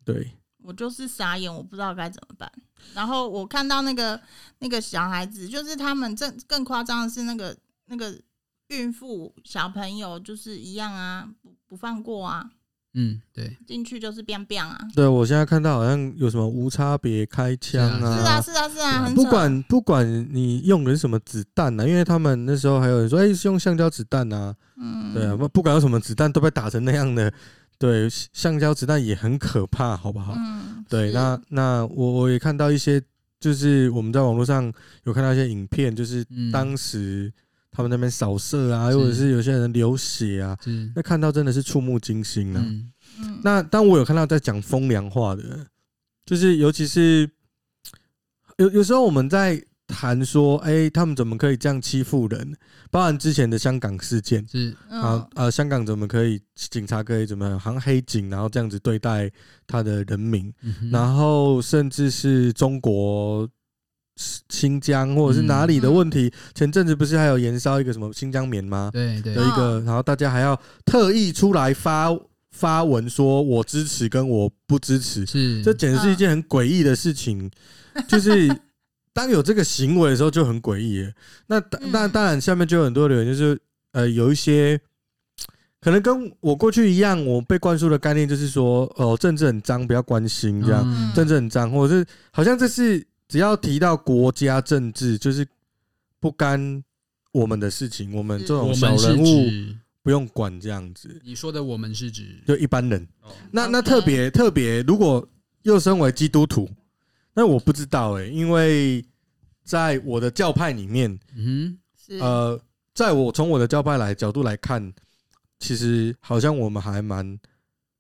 Speaker 1: 对，
Speaker 4: 我就是傻眼，我不知道该怎么办。然后我看到那个那个小孩子，就是他们更更夸张的是那个那个孕妇小朋友，就是一样啊，不不放过啊，
Speaker 3: 嗯，对，
Speaker 4: 进去就是变变啊，
Speaker 1: 对我现在看到好像有什么无差别开枪
Speaker 3: 是
Speaker 4: 是啊是啊是啊，很
Speaker 1: 不
Speaker 4: 扯
Speaker 1: 管不管你用的是什么子弹啊呢、因为他们那时候还有人说，哎、是用橡胶子弹呐、
Speaker 4: 嗯
Speaker 1: 对啊，不不管用什么子弹都被打成那样的，对，橡胶子弹也很可怕，好不好？
Speaker 4: 嗯
Speaker 1: 对，
Speaker 4: 是
Speaker 1: 那那我我也看到一些，就是我们在网络上有看到一些影片，就是
Speaker 3: 嗯
Speaker 1: 当时他们那边扫射啊，
Speaker 3: 是
Speaker 1: 或者是有些人流血啊，
Speaker 3: 是
Speaker 1: 那看到真的是触目惊心啊。
Speaker 3: 嗯
Speaker 4: 嗯
Speaker 1: 那当我有看到在讲风凉话的，就是尤其是有有时候我们在谈说，哎、他们怎么可以这样欺负人？包含之前的香港事件
Speaker 3: 是
Speaker 4: 嗯
Speaker 1: 啊，呃，香港怎么可以警察可以怎么样，好像黑警，然后这样子对待他的人民，
Speaker 3: 嗯哼
Speaker 1: 然后甚至是中国。新疆或者是哪里的问题，前阵子不是还有延烧一个什么新疆棉吗？
Speaker 3: 对对
Speaker 1: 的一个，然后大家还要特意出来发发文说我支持跟我不支持，
Speaker 3: 是
Speaker 1: 这简直是一件很诡异的事情。就是当有这个行为的时候就很诡异了。那当
Speaker 4: 嗯
Speaker 1: 那当然，下面就有很多留言，就是呃有一些。可能跟我过去一样，我被灌输的概念就是说，哦，政治很脏，不要关心这样，
Speaker 3: 嗯
Speaker 1: 政治很脏，或者是好像这是只要提到国家政治，就是不干我们的事情，我们这
Speaker 3: 我
Speaker 1: 种小
Speaker 3: 们是
Speaker 1: 人物
Speaker 3: 指
Speaker 1: 不用管这样子，
Speaker 3: 你说的我们是指
Speaker 1: 就一般人。
Speaker 3: 哦
Speaker 1: 那那
Speaker 4: OK
Speaker 1: 特别特别，如果又身为基督徒，那我不知道哎、因为在我的教派里面，
Speaker 3: 嗯
Speaker 4: 是
Speaker 1: 呃，在我从我的教派来角度来看，其实好像我们还蛮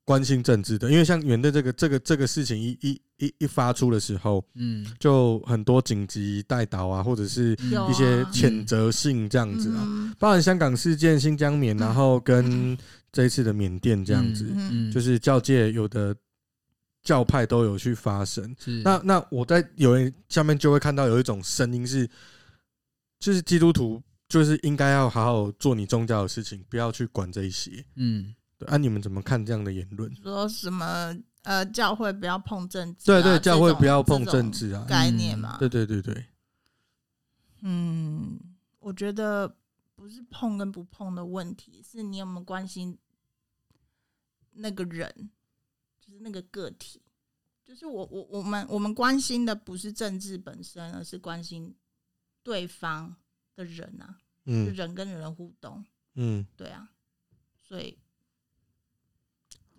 Speaker 1: 关心政治的，因为像元的这个这个这个事情一一一一发出的时候，
Speaker 3: 哼嗯
Speaker 1: 就很多紧急带导啊，或者是
Speaker 3: 嗯
Speaker 4: 有
Speaker 1: 一些
Speaker 4: 啊
Speaker 1: 谴责性这样子啊，
Speaker 4: 嗯
Speaker 1: 包含香港事件、新疆棉，然后跟这一次的缅甸这样子，
Speaker 4: 嗯
Speaker 3: 嗯
Speaker 1: 就是教界有的教派都有去发声。
Speaker 3: 是
Speaker 1: 那那我在有人下面就会看到有一种声音是，就是基督徒就是应该要好好做你宗教的事情，不要去管这一些。
Speaker 3: 嗯
Speaker 1: 对啊，你们怎么看这样的言论？
Speaker 4: 说什么呃教会不要碰政治啊、
Speaker 1: 对对，
Speaker 4: 这
Speaker 1: 教会
Speaker 4: 种
Speaker 1: 不要碰
Speaker 4: 这种
Speaker 1: 政治啊。
Speaker 4: 概念嘛，
Speaker 1: 对对对对，
Speaker 4: 嗯，我觉得不是碰跟不碰的问题，是你有没有关心那个人，就是那个个体。就是我我我们我们关心的不是政治本身，而是关心对方的人啊，就
Speaker 1: 嗯
Speaker 4: 人跟人的互动，
Speaker 1: 嗯，
Speaker 4: 对啊，所以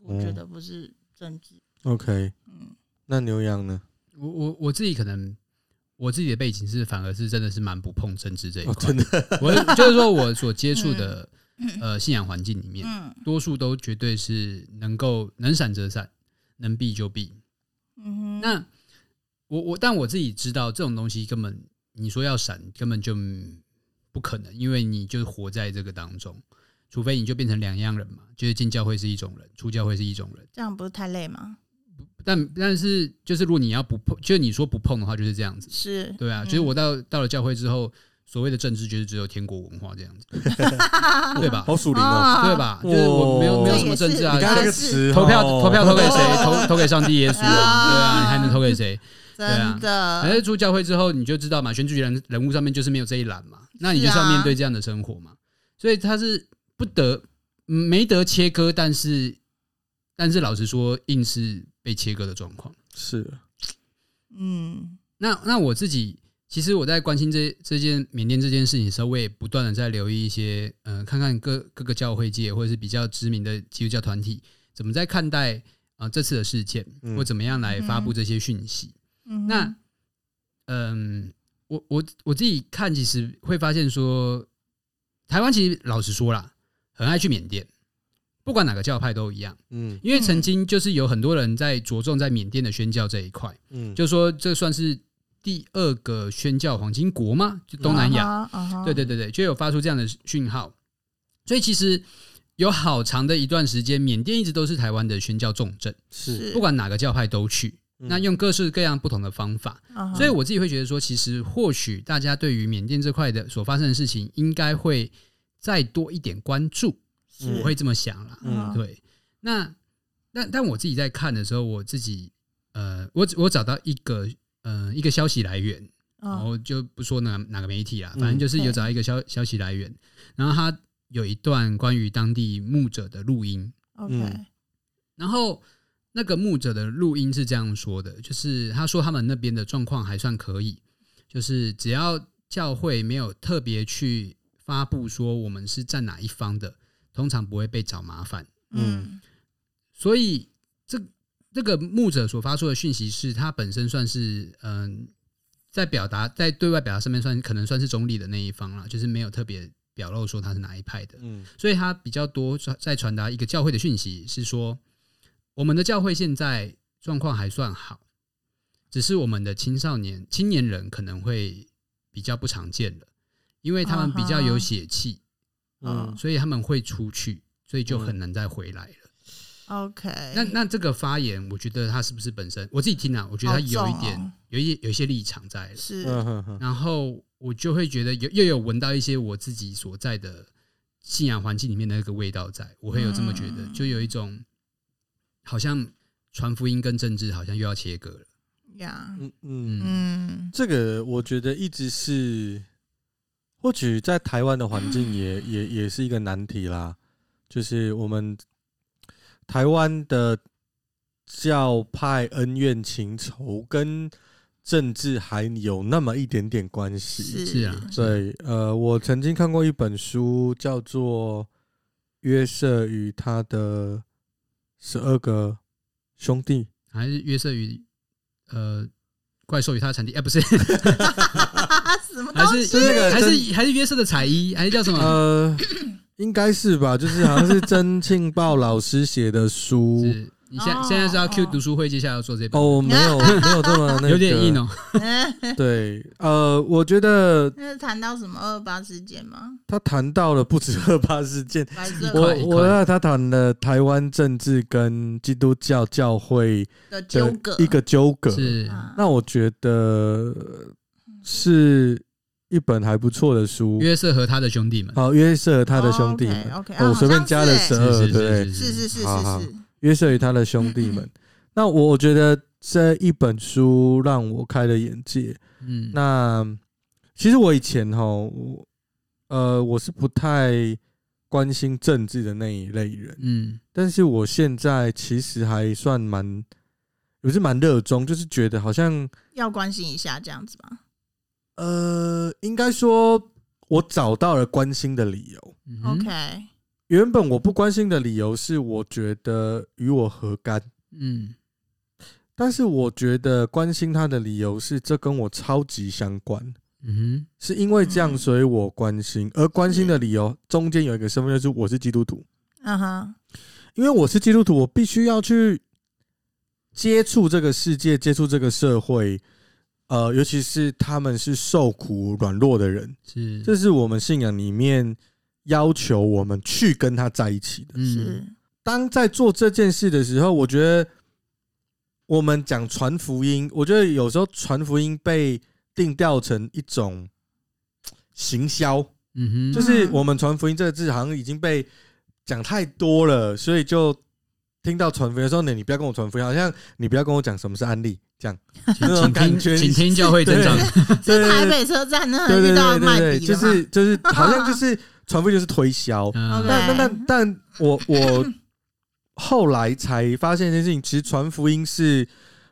Speaker 4: 我觉
Speaker 1: 哦
Speaker 4: 得不是政治，
Speaker 1: OK，
Speaker 4: 嗯，
Speaker 1: 那牛羊呢？
Speaker 3: 我我我自己可能我自己的背景是反而是真的是蛮不碰政治这一
Speaker 1: 哦，
Speaker 3: 块
Speaker 1: 真，的，
Speaker 3: 我就是说我所接触的呃信仰环境里面，
Speaker 4: 嗯
Speaker 3: 多数都绝对是能够能闪则闪，能避就避。
Speaker 4: 嗯哼，
Speaker 3: 那我我但我自己知道这种东西根本你说要闪根本就不可能，因为你就是活在这个当中，除非你就变成两样人嘛，就是进教会是一种人，出教会是一种人。
Speaker 4: 这样不是太累吗？
Speaker 3: 但但是就是如果你要不碰，就是你说不碰的话就是这样子，
Speaker 4: 是，
Speaker 3: 对啊，
Speaker 4: 嗯
Speaker 3: 就是我到到了教会之后，所谓的政治就是只有天国文化这样子，对吧？
Speaker 1: 好属灵哦。
Speaker 4: 啊
Speaker 3: 对？吧？就是我没有没有什么政治啊
Speaker 1: 你，刚刚
Speaker 4: 这
Speaker 1: 那个
Speaker 4: 也是
Speaker 1: 词，
Speaker 3: 投票
Speaker 1: 哦
Speaker 3: 投票投给谁？投投给上帝耶稣啊，
Speaker 4: 啊
Speaker 3: 对啊，你还能投给谁？
Speaker 4: 真的，
Speaker 3: 反正哎出教会之后，你就知道嘛，选举人人物上面就是没有这一栏嘛，那你就是
Speaker 4: 啊
Speaker 3: 要面对这样的生活嘛。所以他是不得嗯没得切割，但是但是老实说，硬是被切割的状况。
Speaker 1: 是
Speaker 4: 嗯
Speaker 3: 那那我自己其实我在关心这这件缅甸这件事情的时候，我也不断的在留意一些，嗯、看看各各个教会界或者是比较知名的基督教团体怎么在看待啊、呃这次的事件，
Speaker 1: 嗯
Speaker 3: 或怎么样来发布这些讯息。
Speaker 4: 嗯，
Speaker 3: 那嗯，我我我自己看，其实会发现说，台湾其实老实说啦，很爱去缅甸，不管哪个教派都一样，
Speaker 1: 嗯
Speaker 3: 因为曾经就是有很多人在着重在缅甸的宣教这一块，
Speaker 1: 嗯，
Speaker 3: 就说这算是第二个宣教黄金国吗？就东南亚，
Speaker 4: 啊哈，啊哈
Speaker 3: 对对对对，就有发出这样的讯号，所以其实。有好长的一段时间，缅甸一直都是台湾的宣教重镇，
Speaker 1: 是嗯
Speaker 3: 不管哪个教派都去，那用各式各样不同的方法。
Speaker 4: 啊哈
Speaker 3: 所以我自己会觉得说，其实或许大家对于缅甸这块的所发生的事情，应该会再多一点关注，
Speaker 4: 是
Speaker 3: 我会这么想啦。
Speaker 1: 嗯
Speaker 4: 啊
Speaker 3: 对，那但但我自己在看的时候，我自己呃，我只我找到一个呃一个消息来源，然
Speaker 4: 啊
Speaker 3: 后就不说哪哪个媒体啦，
Speaker 1: 嗯
Speaker 3: 反正就是有找到一个消消息来源，然后他有一段关于当地牧者的录音，
Speaker 4: ，OK，
Speaker 3: 然后那个牧者的录音是这样说的，就是他说他们那边的状况还算可以，就是只要教会没有特别去发布说我们是站哪一方的，通常不会被找麻烦。
Speaker 1: 嗯
Speaker 4: 嗯
Speaker 3: 所以这这个牧者所发出的讯息是他本身算是嗯、在表达在对外表达上面算可能算是中立的那一方啦，就是没有特别表露说他是哪一派的。
Speaker 1: 嗯
Speaker 3: 所以他比较多在传达一个教会的讯息，是说我们的教会现在状况还算好，只是我们的青少年青年人可能会比较不常见了，因为他们比较有血气，
Speaker 4: 啊
Speaker 1: 嗯
Speaker 3: 所以他们会出去，所以就很难再回来了。
Speaker 4: ，OK，
Speaker 3: 那那这个发言，我觉得他是不是本身我自己听啊，我觉得他有一点、
Speaker 4: 好重哦
Speaker 3: 有一有一些立场在了，
Speaker 4: 是
Speaker 1: 嗯哼哼
Speaker 3: 然后我就会觉得有又有闻到一些我自己所在的信仰环境里面的那个味道在，我会有这么觉得，
Speaker 4: 嗯
Speaker 3: 就有一种好像传福音跟政治好像又要切割了。
Speaker 4: 呀，
Speaker 1: 嗯嗯，
Speaker 4: 嗯
Speaker 1: 这个我觉得一直是，或许在台湾的环境也也也是一个难题啦，就是我们台湾的教派恩怨情仇跟政治还有那么一点点关系。
Speaker 4: 是
Speaker 3: 是啊，
Speaker 1: 对，呃，我曾经看过一本书，叫做《约瑟与他的十二个兄弟》。
Speaker 3: 还是约瑟与呃怪兽与他的产地？哎、不是，
Speaker 4: 什么
Speaker 3: 还
Speaker 4: 东
Speaker 3: 是
Speaker 4: 西？
Speaker 1: 这个
Speaker 3: 还
Speaker 1: 真
Speaker 3: 是还是约瑟的彩衣，还是叫什么？
Speaker 1: 呃，应该是吧，就是好像是曾庆豹老师写的书
Speaker 3: 是你现在、
Speaker 4: 哦
Speaker 3: 现在是要
Speaker 4: 哦
Speaker 3: Q 读书会，接下来要做这本，
Speaker 1: 嗯哦，没有没有这么那个，
Speaker 3: 有点硬哦。
Speaker 1: 对，呃，我觉得
Speaker 4: 哎那是谈到什么二八事件吗？
Speaker 1: 他谈到了不止二八事件，
Speaker 4: 白色
Speaker 1: 我
Speaker 3: 块一
Speaker 1: 我
Speaker 3: 块
Speaker 1: 让他谈了台湾政治跟基督教教会
Speaker 4: 的纠
Speaker 1: 的
Speaker 4: 葛
Speaker 1: 一个纠葛。
Speaker 3: 是，
Speaker 4: 啊
Speaker 1: 那我觉得是一本还不错的书。
Speaker 3: 约瑟和他的兄弟们，
Speaker 1: 好，约瑟和他的兄弟们，
Speaker 4: 哦，OK，OK，啊
Speaker 1: 哦我随便加了
Speaker 4: 好像
Speaker 1: 十
Speaker 4: 是
Speaker 1: 二，哦对
Speaker 3: 是
Speaker 1: 不对？
Speaker 3: 是
Speaker 4: 是是是
Speaker 1: 好好
Speaker 4: 是是，
Speaker 1: 约瑟与他的兄弟 们。那我我觉得这一本书让我开了眼界。
Speaker 3: 嗯，
Speaker 1: 那其实我以前哈，我呃，我是不太关心政治的那一类人，
Speaker 3: 嗯
Speaker 1: 但是我现在其实还算蛮，我是蛮热衷，就是觉得好像
Speaker 4: 要关心一下这样子吧。
Speaker 1: 呃，应该说我找到了关心的理由。
Speaker 3: 嗯哼
Speaker 4: OK，
Speaker 1: 原本我不关心的理由是，我觉得与我何干。
Speaker 3: 嗯
Speaker 1: 但是我觉得关心他的理由是，这跟我超级相关，
Speaker 3: 嗯哼
Speaker 1: 是因为这样，
Speaker 4: 嗯
Speaker 1: 所以我关心。而关心的理由中间有一个身份，就是我是基督徒，
Speaker 4: 嗯哼，
Speaker 1: 因为我是基督徒，我必须要去接触这个世界，接触这个社会。呃，尤其是他们是受苦软弱的人，
Speaker 3: 是
Speaker 1: 这是我们信仰里面要求我们去跟他在一起的。
Speaker 4: 是
Speaker 3: 嗯，
Speaker 1: 当在做这件事的时候，我觉得我们讲传福音，我觉得有时候传福音被定调成一种行销，
Speaker 3: 嗯哼，
Speaker 1: 就是我们传福音这个字好像已经被讲太多了，所以就听到传福音的时候，你你不要跟我传福音，好像你不要跟我讲什么是安利，这样
Speaker 3: 请
Speaker 1: 那种
Speaker 3: 请
Speaker 1: 感觉
Speaker 3: 听请 听教会增长，
Speaker 4: 在
Speaker 1: 对
Speaker 4: 台北车站那
Speaker 1: 对
Speaker 4: 遇
Speaker 1: 对
Speaker 4: 到
Speaker 1: 对
Speaker 4: 卖
Speaker 1: 对对，
Speaker 4: 笔的
Speaker 1: 就
Speaker 4: 嘛
Speaker 1: 是就是好像就是传福音就是推销。
Speaker 3: 嗯
Speaker 4: OK
Speaker 1: 但
Speaker 4: 对
Speaker 1: 但但但我我 后来才发现一件事情，其实传福音是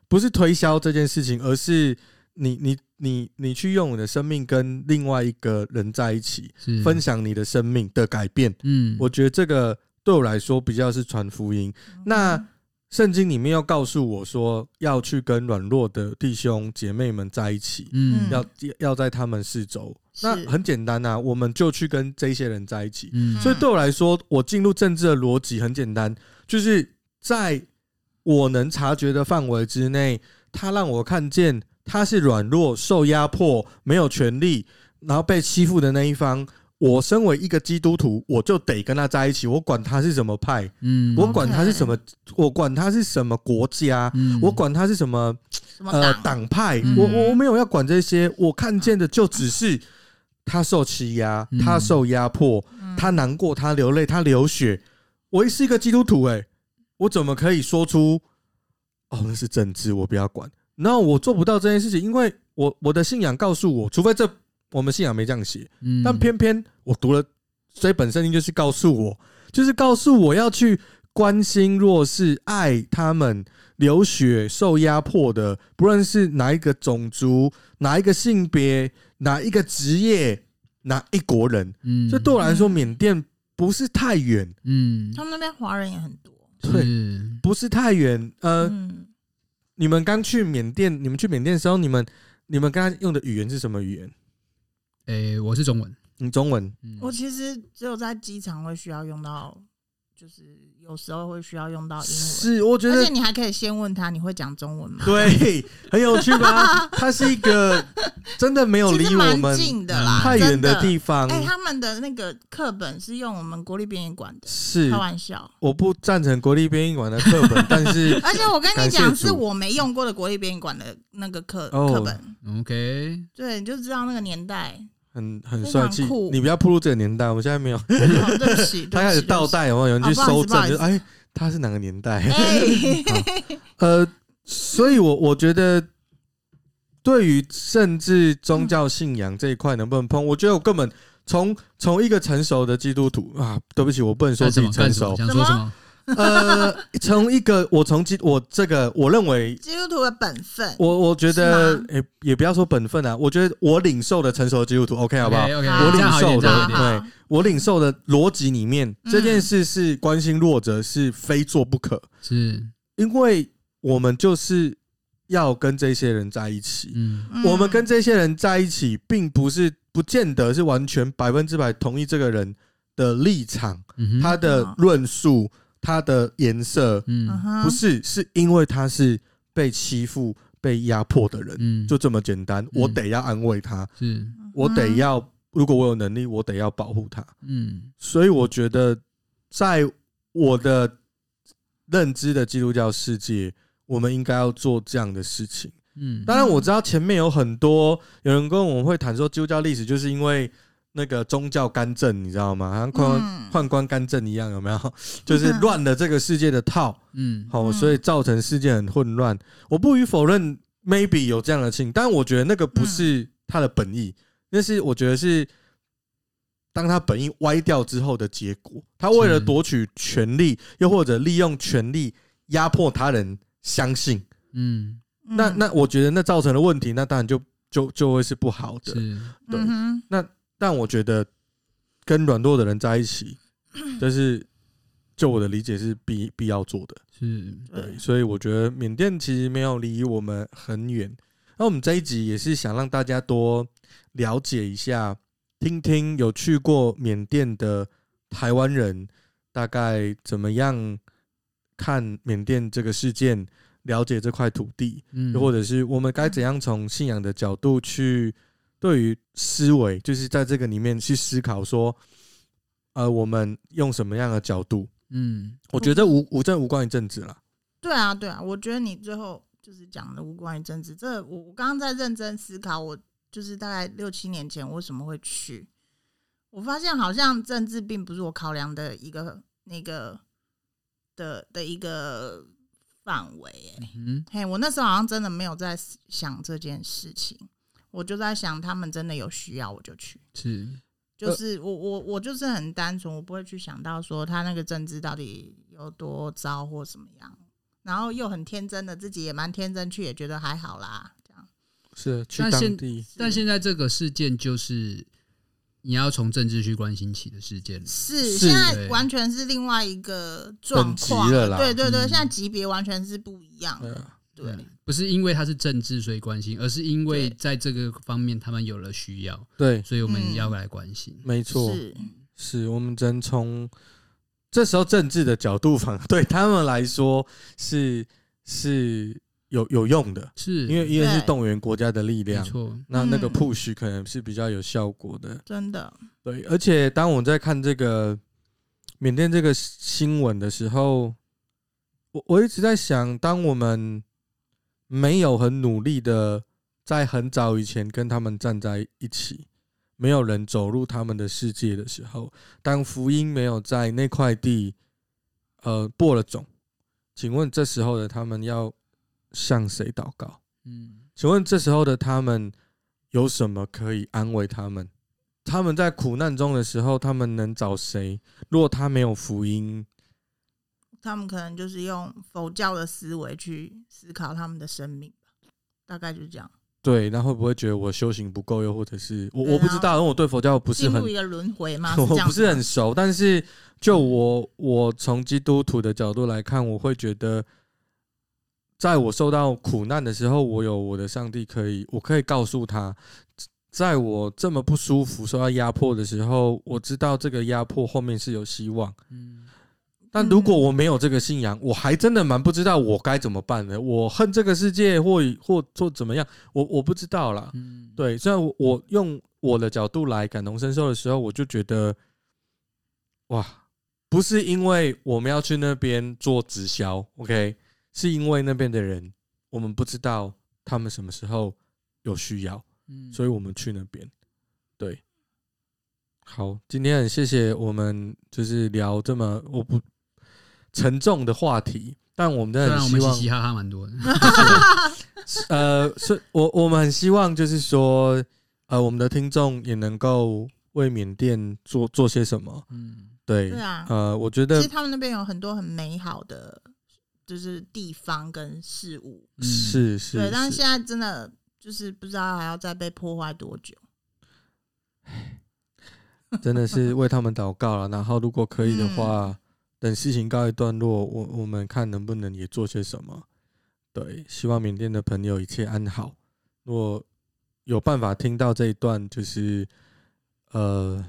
Speaker 1: 不是推销这件事情，而是你你你你去用你的生命跟另外一个人在一起，
Speaker 3: 是
Speaker 1: 分享你的生命的改变。
Speaker 3: 嗯，
Speaker 1: 我觉得这个对我来说比较是传福音。
Speaker 4: 嗯
Speaker 1: 那圣经里面要告诉我说，要去跟软弱的弟兄姐妹们在一起，
Speaker 3: 嗯
Speaker 1: 要要在他们四周。那
Speaker 4: 是
Speaker 1: 很简单啊，我们就去跟这些人在一起。
Speaker 3: 嗯
Speaker 1: 所以对我来说，我进入政治的逻辑很简单，就是在我能察觉的范围之内，他让我看见他是软弱、受压迫、没有权利，然后被欺负的那一方。我身为一个基督徒，我就得跟他在一起，我管他是什么派，
Speaker 3: 嗯
Speaker 1: 我管他是什么，我管他是什么国家，
Speaker 3: 嗯
Speaker 1: 我管他是什么
Speaker 4: 什么
Speaker 1: 呃
Speaker 4: 党？
Speaker 1: 党派，
Speaker 3: 嗯
Speaker 1: 我我我没有要管这些，我看见的就只是他受欺压，
Speaker 3: 嗯
Speaker 1: 他受压迫，
Speaker 4: 嗯
Speaker 1: 他难过，他流泪，他流血。我也是一个基督徒、欸，我怎么可以说出哦那是政治，我不要管？那我做不到这件事情，因为我我的信仰告诉我，除非这我们信仰没这样写，
Speaker 3: 嗯
Speaker 1: 但偏偏我读了这本圣经，就是告诉我，就是告诉我要去关心弱势、爱他们、流血、受压迫的，不论是哪一个种族、哪一个性别、哪一个职业、哪一国人。
Speaker 3: 嗯
Speaker 1: 这对我来说，
Speaker 4: 嗯
Speaker 1: 缅甸不是太远，
Speaker 3: 嗯
Speaker 4: 他们那边华人也很多。
Speaker 1: 对，
Speaker 3: 是
Speaker 1: 不是太远。呃，
Speaker 4: 嗯，
Speaker 1: 你们刚去缅甸，你们去缅甸的时候，你们你们刚刚用的语言是什么语言？
Speaker 3: 诶，我是中文，
Speaker 1: 你中文
Speaker 3: 嗯
Speaker 4: 我其实只有在机场会需要用到，就是有时候会需要用哦到英文。
Speaker 1: 是，我觉得
Speaker 4: 而且你还可以先问他你会讲中文吗？
Speaker 1: 对，很有趣 吧？它是一个真的没有
Speaker 4: 其
Speaker 1: 离
Speaker 4: 实
Speaker 1: 我
Speaker 4: 蛮
Speaker 1: 们嗯
Speaker 4: 近的啦，
Speaker 1: 太远
Speaker 4: 真的
Speaker 1: 的地方。
Speaker 4: 哎、他们的那个课本是用我们国立编译馆的，
Speaker 1: 是
Speaker 4: 开，玩笑。
Speaker 1: 我不赞成国立编译馆的课 本，但是
Speaker 4: 而且我跟
Speaker 1: 感
Speaker 4: 你
Speaker 1: 谢
Speaker 4: 讲，
Speaker 1: 主
Speaker 4: 是我没用过的国立编译馆的那个课
Speaker 1: 哦
Speaker 4: 课本，
Speaker 3: OK，
Speaker 4: 对，你就知道那个年代。
Speaker 1: 很很
Speaker 4: 非
Speaker 1: 帅
Speaker 4: 常
Speaker 1: 气
Speaker 4: 酷。
Speaker 1: 你不要步入这个年代，我们现在没有。
Speaker 4: 哦对不起，
Speaker 1: 他开始
Speaker 4: 对
Speaker 1: 倒
Speaker 4: 不起。
Speaker 1: 带，有没有？有人去
Speaker 4: 哦不好
Speaker 1: 搜
Speaker 4: 意思不
Speaker 1: 证，
Speaker 4: 好意
Speaker 1: 就是
Speaker 4: 思
Speaker 1: 哎，他是哪个年代？
Speaker 4: 对不起哎，
Speaker 1: 呃，所以我我觉得，对于甚至宗教信仰这一块能不能碰，我觉得我根本从从一个成熟的基督徒啊，对不起，我不能说
Speaker 3: 干什
Speaker 1: 自己
Speaker 3: 么
Speaker 1: 成
Speaker 3: 干什
Speaker 1: 熟
Speaker 3: 么，想说什么？
Speaker 1: 呃，从一个我从基我这个我认为
Speaker 4: 基督徒的本分。
Speaker 1: 我我觉
Speaker 4: 是
Speaker 1: 得
Speaker 4: 吗
Speaker 1: 也、也不要说本分啊，我觉得我领受的成熟的基督徒 OK 好不好
Speaker 3: OK，
Speaker 4: 好
Speaker 1: 我
Speaker 3: 这样
Speaker 1: 领
Speaker 3: 好一
Speaker 1: 受
Speaker 3: 点，这样好
Speaker 1: 的
Speaker 3: 一点。
Speaker 1: 对我领受的逻辑里面，
Speaker 3: 嗯
Speaker 1: 这件事是关心弱者是非做不可，
Speaker 3: 是，
Speaker 1: 因为我们就是要跟这些人在一起，
Speaker 3: 嗯
Speaker 4: 嗯
Speaker 1: 我们跟这些人在一起，并不是不见得是完全百分之百同意这个人的立场、
Speaker 3: 嗯哼，
Speaker 1: 他的
Speaker 4: 嗯
Speaker 1: 论述、他的颜色、
Speaker 4: 嗯
Speaker 3: 嗯
Speaker 4: 哼
Speaker 1: 不是，是因为他是被欺负、被压迫的人，
Speaker 3: 嗯
Speaker 1: 就这么简单。我得要安慰他，
Speaker 3: 是
Speaker 1: 我得
Speaker 4: 嗯
Speaker 1: 要，如果我有能力，我得要保护他。
Speaker 3: 嗯
Speaker 1: 所以我觉得，在我的认知的基督教世界，我们应该要做这样的事情。
Speaker 3: 嗯
Speaker 1: 当然，我知道前面有很多有人跟我们会谈说，基督教历史就是因为那个宗教干政，你知道吗？好像宦
Speaker 4: 嗯
Speaker 1: 宦官干政一样，有没有？ 就是乱了这个世界的套。
Speaker 3: 嗯
Speaker 1: 好，
Speaker 4: 嗯
Speaker 1: 所以造成事件很混乱。我不予否认，maybe 有这样的情，但我觉得那个不
Speaker 4: 嗯
Speaker 1: 是他的本意，那是我觉得是当他本意歪掉之后的结果。他为了
Speaker 3: 是
Speaker 1: 夺取权力，又或者利用权力压迫他人相信，
Speaker 3: 嗯
Speaker 1: 那
Speaker 4: 嗯
Speaker 1: 那我觉得那造成的问题，那当然就就就会是不好
Speaker 3: 是
Speaker 1: 的。对
Speaker 4: 嗯哼
Speaker 1: 但我觉得跟软弱的人在一起，就是就我的理解是必必要做的。
Speaker 3: 是
Speaker 1: 对，所以我觉得缅甸其实没有离我们很远。那我们这一集也是想让大家多了解一下，听听有去过缅甸的台湾人大概怎么样看缅甸这个事件，了解这块土地，
Speaker 3: 嗯
Speaker 1: 又或者是我们该怎样从信仰的角度去对于思维，就是在这个里面去思考说，呃，我们用什么样的角度？
Speaker 3: 嗯
Speaker 1: 我觉得这无无这无关于政治啦。
Speaker 4: 对啊，对啊，我觉得你最后就是讲的无关于政治，这我我刚刚在认真思考，我就是大概六七年前我为什么会去，我发现好像政治并不是我考量的一个那个的的一个范围、欸，
Speaker 3: 嗯
Speaker 4: 嘿，我那时候好像真的没有在想这件事情，我就在想他们真的有需要我就去，
Speaker 3: 是
Speaker 1: 呃
Speaker 4: 就是我我我就是很单纯，我不会去想到说他那个政治到底有多糟或怎么样，然后又很天真的自己也蛮天真去，也觉得还好啦，这样。
Speaker 1: 是去
Speaker 3: 但
Speaker 1: 当
Speaker 3: 现
Speaker 1: 地，
Speaker 3: 但现在这个事件就是你要从政治去关心起的事件了。
Speaker 4: 是，
Speaker 1: 是
Speaker 4: 现在
Speaker 3: 对
Speaker 4: 完全是另外一个状
Speaker 1: 等级
Speaker 4: 况
Speaker 1: 了啦
Speaker 4: 对对对，
Speaker 3: 嗯
Speaker 4: 现在级别完全是不一样的，
Speaker 1: 呃，
Speaker 4: 对。
Speaker 3: 嗯不是因为它是政治所以关心，而是因为
Speaker 4: 对
Speaker 3: 在这个方面他们有了需要，
Speaker 1: 对，
Speaker 3: 所以我们
Speaker 4: 嗯
Speaker 3: 要来关心。
Speaker 1: 没错，
Speaker 4: 是，
Speaker 1: 是我们真从这时候政治的角度 反，对他们来说是是有有用的，
Speaker 3: 是，
Speaker 1: 因为依然是
Speaker 4: 对
Speaker 1: 动员国家的力
Speaker 3: 没
Speaker 1: 量，
Speaker 3: 错，
Speaker 1: 那那个
Speaker 4: 嗯
Speaker 1: push 可能是比较有效果的。
Speaker 4: 真的，
Speaker 1: 对，而且当我在看这个缅甸这个新闻的时候，我我一直在想，当我们没有很努力的在很早以前跟他们站在一起，没有人走入他们的世界的时候，当福音没有在那块地呃播了种，请问这时候的他们要向谁祷告？
Speaker 3: 嗯，
Speaker 1: 请问这时候的他们有什么可以安慰他们？他们在苦难中的时候，他们能找谁？若他没有福音，
Speaker 4: 他们可能就是用佛教的思维去思考他们的生命吧，大概就是这样，
Speaker 1: 对，那会不会觉得我修行不够？又或者是我
Speaker 4: 对啊
Speaker 1: 我不知道，因为我对佛教不是
Speaker 4: 进
Speaker 1: 很
Speaker 4: 入一个轮回 嘛，
Speaker 1: 我
Speaker 4: 这样
Speaker 1: 不是
Speaker 4: 子吗
Speaker 1: 很熟，但是就我我从基督徒的角度来看，我会觉得，在我受到苦难的时候，我有我的上帝可以，我可以告诉他，在我这么不舒服、受到压迫的时候，我知道这个压迫后面是有希望。
Speaker 3: 嗯
Speaker 1: 但如果我没有这个信仰，我还真的蛮不知道我该怎么办的。我恨这个世界或，或或怎么样，我我不知道啦。
Speaker 3: 嗯，
Speaker 1: 对，虽然我我用我的角度来感同身受的时候，我就觉得，哇，不是因为我们要去那边做直销，OK，是因为那边的人我们不知道他们什么时候有需要，
Speaker 3: 嗯，
Speaker 1: 所以我们去那边。对，好，今天很谢谢我们就是聊这么我不沉重的话题，但我们真
Speaker 3: 虽
Speaker 1: 的
Speaker 3: 然
Speaker 1: 很
Speaker 3: 我
Speaker 1: 希
Speaker 3: 们嘻
Speaker 1: 望
Speaker 3: 嘻哈哈 蛮多的，
Speaker 1: 呃，是我我们很希望就是说，呃，我们的听众也能够为缅甸做做些什么。
Speaker 3: 嗯，
Speaker 1: 对，
Speaker 4: 对啊，
Speaker 1: 呃，我觉
Speaker 4: 其
Speaker 1: 得
Speaker 4: 实他们那边有很多很美好的，就是地方跟事物，
Speaker 3: 嗯，
Speaker 1: 是是
Speaker 4: 对，但是
Speaker 1: 是
Speaker 4: 现在真的就是不知道还要再被破坏多久。
Speaker 1: 真的是为他们祷告了。然后，如果可以的话，
Speaker 3: 嗯
Speaker 1: 等事情告一段落，我我们看能不能也做些什么。对，希望缅甸的朋友一切安好。若有办法听到这一段，就是呃，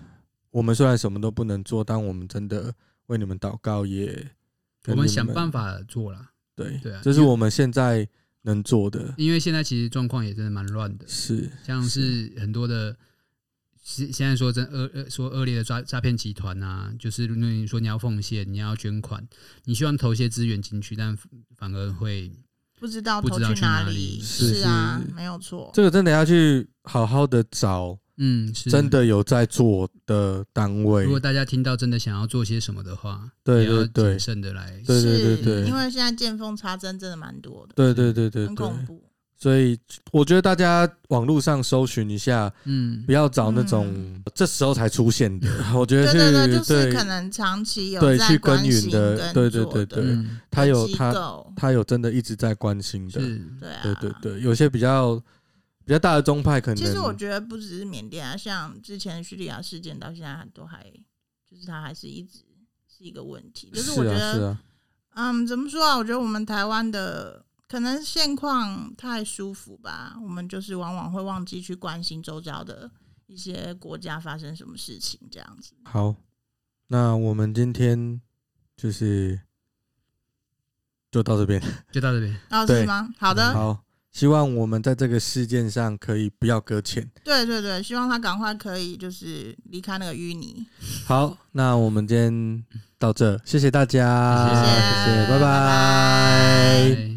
Speaker 1: 我们虽然什么都不能做，但我们真的为你们祷告也
Speaker 3: 我
Speaker 1: 跟你。
Speaker 3: 们想办法做啦，
Speaker 1: 对
Speaker 3: 对啊
Speaker 1: 这是
Speaker 3: 因为
Speaker 1: 我们现在能做的。
Speaker 3: 因为现在其实状况也真的蛮乱的，
Speaker 1: 是，
Speaker 3: 像是很多的，现现在说真恶恶说恶劣的诈诈骗集团啊，就是如果你说你要奉献，你要捐款，你希望投一些资源进去，但反而会
Speaker 4: 不知道
Speaker 3: 不
Speaker 4: 投
Speaker 3: 知道去哪
Speaker 4: 哪
Speaker 3: 里
Speaker 1: 是
Speaker 4: 啊
Speaker 1: 是，
Speaker 4: 没有错。
Speaker 1: 这个真的要去好好的找，
Speaker 3: 嗯是
Speaker 1: 真。的有在做的单位
Speaker 3: 如。果大家听到真的想要做些什么的话，
Speaker 1: 对
Speaker 3: 也要
Speaker 1: 对对
Speaker 3: 谨慎的来。
Speaker 1: 对对对
Speaker 4: 是
Speaker 1: 对
Speaker 4: 因为现在见缝插针真的蛮多的，
Speaker 1: 对对对对
Speaker 4: 很
Speaker 1: 对，
Speaker 4: 恐怖。
Speaker 1: 所以我觉得大家网络上搜寻一下，
Speaker 3: 嗯
Speaker 1: 不，要找那种
Speaker 4: 嗯
Speaker 1: 这时候才出现的。我觉得
Speaker 4: 对对对，
Speaker 1: 是
Speaker 4: 就是可能长期有
Speaker 1: 对
Speaker 4: 在
Speaker 1: 去
Speaker 4: 关
Speaker 1: 耕耘
Speaker 4: 心
Speaker 1: 的
Speaker 4: 跟
Speaker 1: 对对
Speaker 4: 做
Speaker 1: 对
Speaker 4: 的
Speaker 1: 对
Speaker 3: 嗯
Speaker 1: 他有
Speaker 4: 机
Speaker 1: 他
Speaker 4: 构
Speaker 1: 他有真的一直在关心的。
Speaker 3: 是，
Speaker 4: 对啊，
Speaker 1: 对对对，有些比较比较大的宗派可能
Speaker 4: 其实我觉得不只是缅甸啊，像之前叙利亚事件到现在都还，就是它还是一直是一个问题。就是我觉
Speaker 1: 啊是
Speaker 4: 得，
Speaker 1: 啊，
Speaker 4: 嗯，怎么说啊？我觉得我们台湾的可能现况太舒服吧，我们就是往往会忘记去关心周遭的一些国家发生什么事情这样子。
Speaker 1: 好，那我们今天就是就到这边。
Speaker 3: 就到这边。
Speaker 4: 哦，
Speaker 1: 对嗯
Speaker 4: 是吗？好的，
Speaker 1: 好，希望我们在这个事件上可以不要搁浅。
Speaker 4: 对对对，希望他赶快可以就是离开那个淤泥。
Speaker 1: 好，那我啊们今天到这，谢谢大家，
Speaker 3: 谢谢
Speaker 1: 谢
Speaker 4: 拜
Speaker 1: 拜拜
Speaker 4: 拜
Speaker 3: 拜